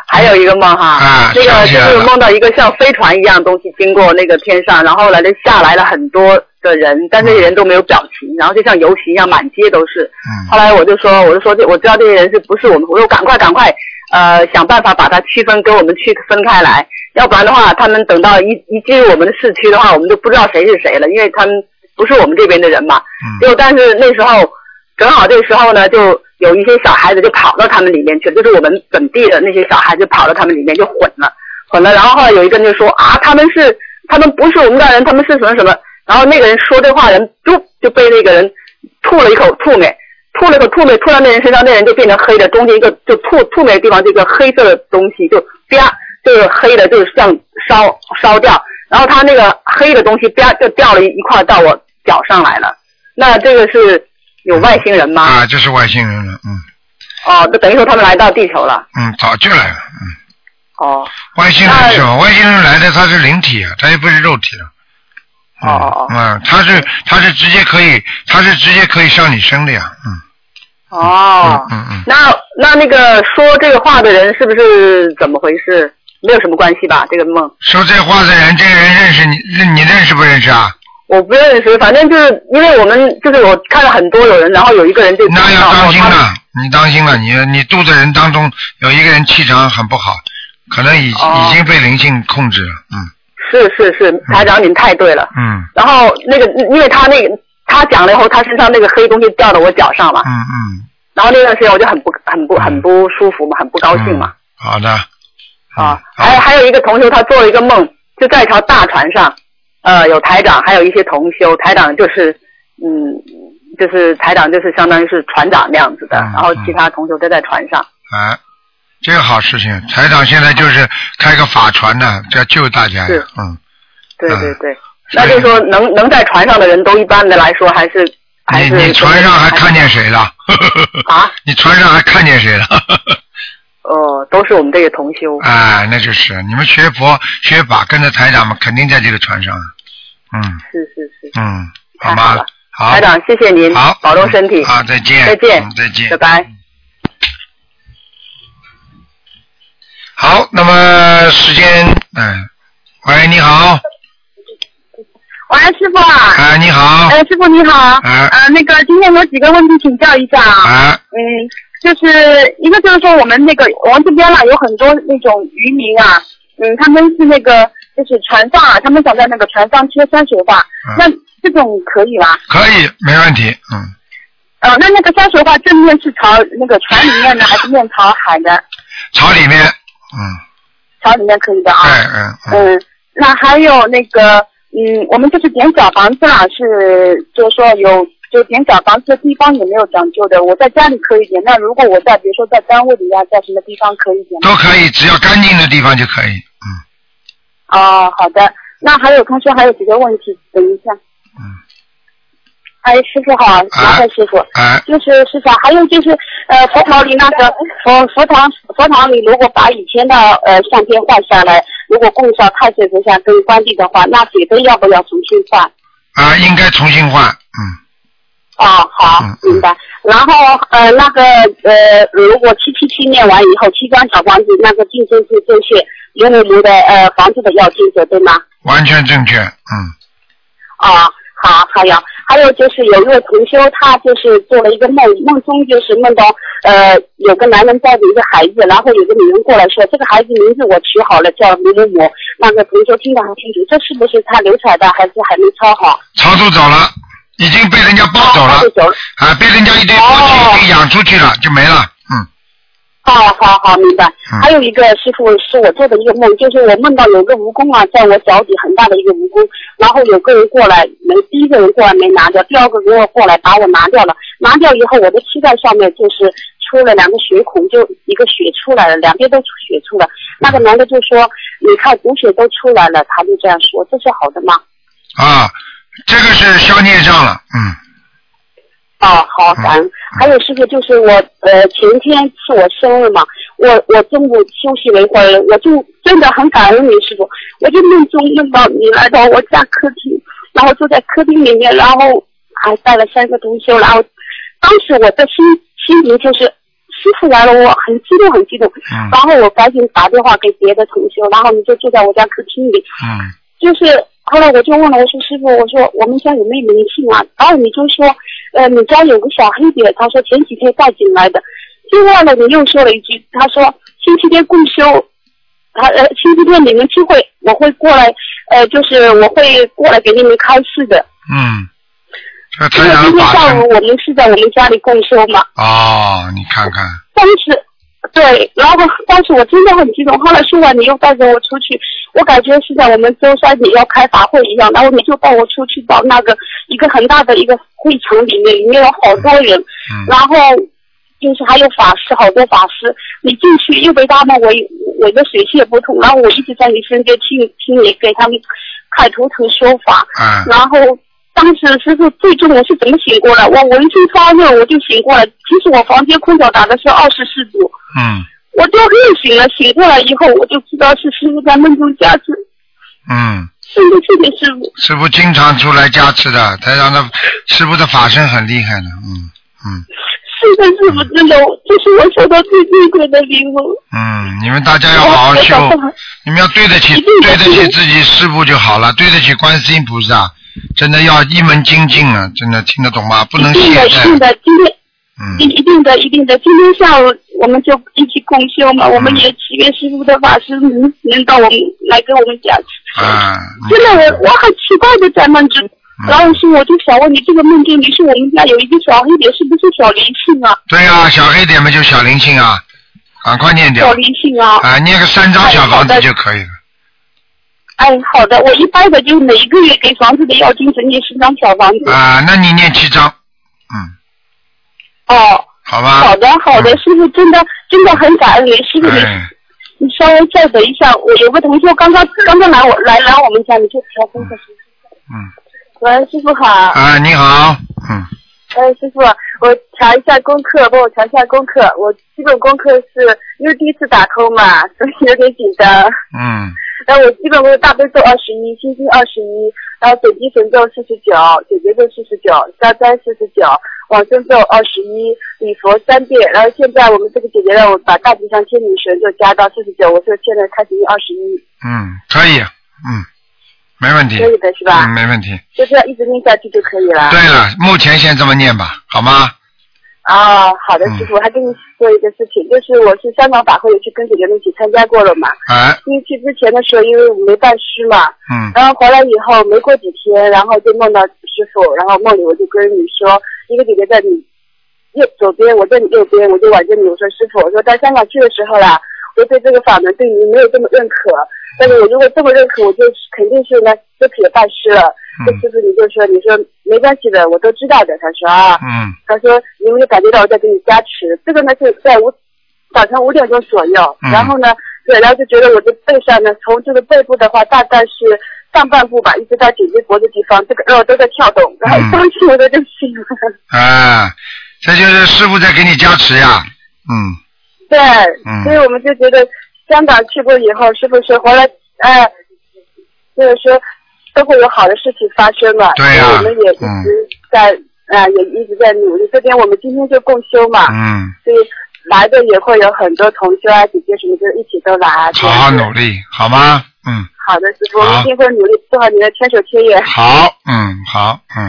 还有一个梦哈，啊那想个起就来是了梦到一个像飞船一样的东西经过那个天上，然后来了下来了很多的人，但这些人都没有表情，然后就像游行一样，满街都是。嗯后来我就说，我就说这我知道这些人是不是我们，我说赶快赶快，呃，想办法把它区分，跟我们区分开来，要不然的话，他们等到一一进入我们的市区的话，我们就不知道谁是谁了，因为他们不是我们这边的人嘛。嗯就但是那时候正好这时候呢，就有一些小孩子就跑到他们里面去了，就是我们本地的那些小孩就跑到他们里面就混了，混了。然后后来有一个人就说啊，他们是他们不是我们这儿人，他们是什么什么。然后那个人说这话人就就被那个人吐了一口吐沫，吐了一口吐沫吐到那人身上，那人就变成黑的，中间一个就吐吐沫的地方这个黑色的东西就啪就是黑的，就是像烧烧掉。然后他那个黑的东西啪就掉了一一块到我脚上来了。那这个是有外星人吗？啊，这是外星人了，嗯哦，那等于说他们来到地球了。嗯，早就来了，嗯，哦外星人是什么？外星人来的他是灵体啊，他又不是肉体了。哦嗯，他是他是直接可以，他是直接可以上你身的呀，嗯哦，嗯嗯。那那那个说这个话的人是不是怎么回事？没有什么关系吧？这个梦说这话的人，这个人认识你，认你认识不认识啊？我不认识，反正就是因为我们就是我看了很多有人，然后有一个人就那要当心了，你当心了，你你住的人当中有一个人气场很不好，可能已、哦已经被灵性控制了，嗯是是是，台长您太对了。嗯然后那个因为他那个他讲了以后，他身上那个黑东西掉到我脚上了，嗯嗯，然后那段时间我就很不很不很不舒服嘛，很不高兴嘛。好的，嗯啊，还还有一个同修，他做了一个梦，就在一条大船上，呃，有台长，还有一些同修，台长就是，嗯，就是台长就是相当于是船长那样子的，嗯然后其他同修都在船上。哎，这个好事情，台长现在就是开个法船呢，这救大家呀是，嗯，对对对，所那以就是说能能在船上的人都一般的来说还是还你是你船上还看见谁了？ 啊？你船上还看见谁了？ 呃，都是我们这个同修。哎，那就是你们学佛学法跟着台长们，肯定在这个船上，嗯是是是，嗯，太吗好了。好，台长，谢谢您，好，保重身体。嗯好，再见，再见嗯，再见，拜拜。好，那么时间，嗯，喂，你好，喂，师傅啊。哎你好哎，师傅你好。哎呃，那个今天有几个问题请教一下哎啊。嗯，就是一个就是说我们那个我们这边啦有很多那种渔民啊，嗯，他们是那个就是船上啊，他们想在那个船上贴山水画，嗯那这种可以吧？可以，没问题，嗯，呃，那那个山水画正面是朝那个船里面呢，还是面朝海的？朝里面，嗯，朝里面可以的啊。哎，嗯，嗯，那还有那个，嗯，我们就是点小房子啦，是就是说有就点小房子的地方有没有讲究的？我在家里可以点，那如果我在比如说在单位里呀，在什么地方可以点？都可以，只要干净的地方就可以，哦，好的。那还有，看说还有几个问题，等一下。嗯。哎，师傅好，麻烦师傅。哎就是师傅，还有就是呃，佛堂里那个佛佛堂佛堂里，如果把以前的呃相片换下来，如果供上太岁菩萨跟关帝的话，那水灯要不要重新换？啊，应该重新换，啊，好，明白。然后呃，那个呃，如果七七七念完以后，七张小房子那个竞争是正确，零五零的呃房子的要竞争对吗？完全正确，嗯，啊，好，还有还有就是有一位同修，他就是做了一个梦，梦中就是梦到呃有个男人带着一个孩子，然后有个女人过来说这个孩子名字我取好了叫某某某，那个同修听得很清楚，这是不是他流产的还是还没抄好？超度走了，已经被人家抱哦走了，啊，被人家一堆过去给养出去了，就没了，嗯，哦，好好明白。嗯还有一个师傅是我做的一个梦，就是我梦到有个蜈蚣啊，在我脚底很大的一个蜈蚣，然后有个人过来没，第一个人过来没拿掉，第二个人又过来把我拿掉了，拿掉以后我的膝盖上面就是出了两个血孔，就一个血出来了，两边都出血出了。那个男的就说：“你看骨血都出来了。”他就这样说，这是好的吗？啊，这个是消孽障了，嗯，啊哦，好，感恩。还有师傅，就是我呃前天是我生日嘛，我我中午休息了一会儿，我就真的很感恩你师傅，我就梦中梦到你来到我家客厅，然后坐在客厅里面，然后还带了三个同修，然后当时我的心心情就是师傅来了，我很激动很激动，嗯然后我赶紧打电话给别的同修，然后你就坐在我家客厅里，嗯就是后来我就问了，我说师傅，我说我们家有没有灵性啊？然后你就说，呃，你家有个小黑点，他说前几天带进来的。另外呢，你又说了一句，他说星期天共修，他呃星期天你们聚会，我会过来，呃，就是我会过来给你们开示的。嗯，这台长的啊法因为今天下身午我们是在我们家里共修嘛，哦，你看看，当时对，然后当时我真的很激动。后来说完你又带着我出去，我感觉是在我们周三你要开法会一样，然后你就带我出去到那个一个很大的一个会场里面，里面有好多人，然后就是还有法师，好多法师。你进去又被他们围围的水泄不通，然后我一直在你身边听听你给他们开图腾说法，嗯然后当时师傅最终我是怎么醒过来？我浑身发热，我就醒过来。其实我房间空调打的是二十四度，嗯我就热醒了。醒过来以后，我就知道是师傅在梦中加持，嗯，真的谢谢师傅。师傅经常出来加持的，台长的师傅的法身很厉害的，嗯嗯是的，师傅真的，这是我收到最珍贵的礼物。嗯，你们大家要好好修，你们要对得起对得起自己师傅就好了，对得起观世音菩萨，真的要一门精进啊，真的听得懂吗？不能一懈定的，一定怠，的，今天。嗯一一定的，一定的。今天下午我们就一起共修嗯嘛，我们也祈愿师傅的法师能能到我们来给我们讲。啊，真的，我我很奇怪的在梦中，哎然后是我就想问你，这个梦境里是我们家有一个小黑点，是不是小灵性啊？对啊，小黑点嘛就小灵性啊，赶快念掉小，灵性啊！啊，念个三张小房子就可以了。哎，好的，我一般的就是每一个月给房子的要精神念十张小房子。啊，那你念七章，哦，好吧？嗯好的，好的，师傅真的真的很感恩你，师傅你哎，你稍微再等一下，我有个同学刚刚刚刚来我来来我们家，你就调工作时间。嗯。喂，师傅好。啊，你好，嗯哎，师傅，我调一下功课，帮我调一下功课。我基本功课是因为第一次打通嘛，所以有点紧张。嗯然后我基本功是大悲咒二十一，心经二十一，然后准提神咒四十九，解结咒四十九，消灾四十九，往生咒二十一，礼佛三遍。然后现在我们这个姐姐让我把大吉祥天女神咒加到四十九，我说现在开始念二十一，嗯，可以，嗯，没问题，可以的是吧嗯，没问题。就这样一直念下去就可以了。对了，目前先这么念吧，好吗？哦，好的，嗯师傅，还跟你说一个事情，就是我去香港法会去跟姐姐们一起参加过了嘛。哎，因为去之前的时候，因为我没拜师嘛，嗯然后回来以后没过几天，然后就梦到师傅，然后梦里我就跟你说，一个姐姐在你右左边，我在你右边，我就挽着你，我说师傅，我说到香港去的时候啦，我对这个法门对你没有这么认可，嗯但是我如果这么认可，我就肯定是那就可以拜师了。嗯这师傅你就说，你说没关系的，我都知道的。他说啊，嗯他说你有没有感觉到我在给你加持？这个呢是在五早上五点钟左右，嗯然后呢，对，然后就觉得我的背上呢，从这个背部的话，大概是上半部吧，一直到颈椎脖子地方，这个肉都在跳动，然后嗯当时我都就醒了。啊，这就是师傅在给你加持呀，嗯对，嗯所以我们就觉得香港去过以后，是不是回来哎，就是说都会有好的事情发生了。对呀嗯所以我们也一直在啊、也一直在努力。这边我们今天就共修嘛，嗯，所以来的也会有很多同修啊、姐姐什么的，一起都来。好好努力，好吗？嗯，好的，师傅，好我们一定会努力做好你的千手千眼。好，嗯，好，嗯，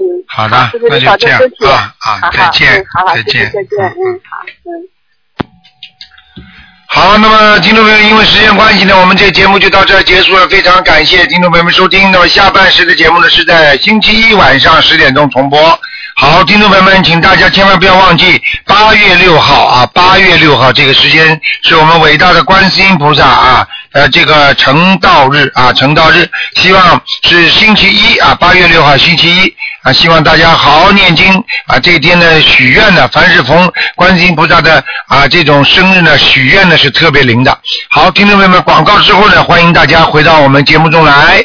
嗯，好的师傅，那你就保这重样身体啊啊，好再好见嗯好好，再师见傅，再见，嗯，好，嗯。好，那么听众朋友，因为时间关系呢，我们这节目就到这儿结束了。非常感谢听众朋友们收听。那么下半时的节目呢是在星期一晚上十点钟重播。好，听众朋友们，请大家千万不要忘记，八月六号啊，八月六号这个时间是我们伟大的观世音菩萨啊，呃，这个成道日啊，成道日，希望是星期一啊，八月六号星期一啊，希望大家好好念经啊，这一天呢许愿呢，凡是逢观世音菩萨的啊这种生日呢，许愿呢是特别灵的。好，听众朋友们，广告之后呢，欢迎大家回到我们节目中来。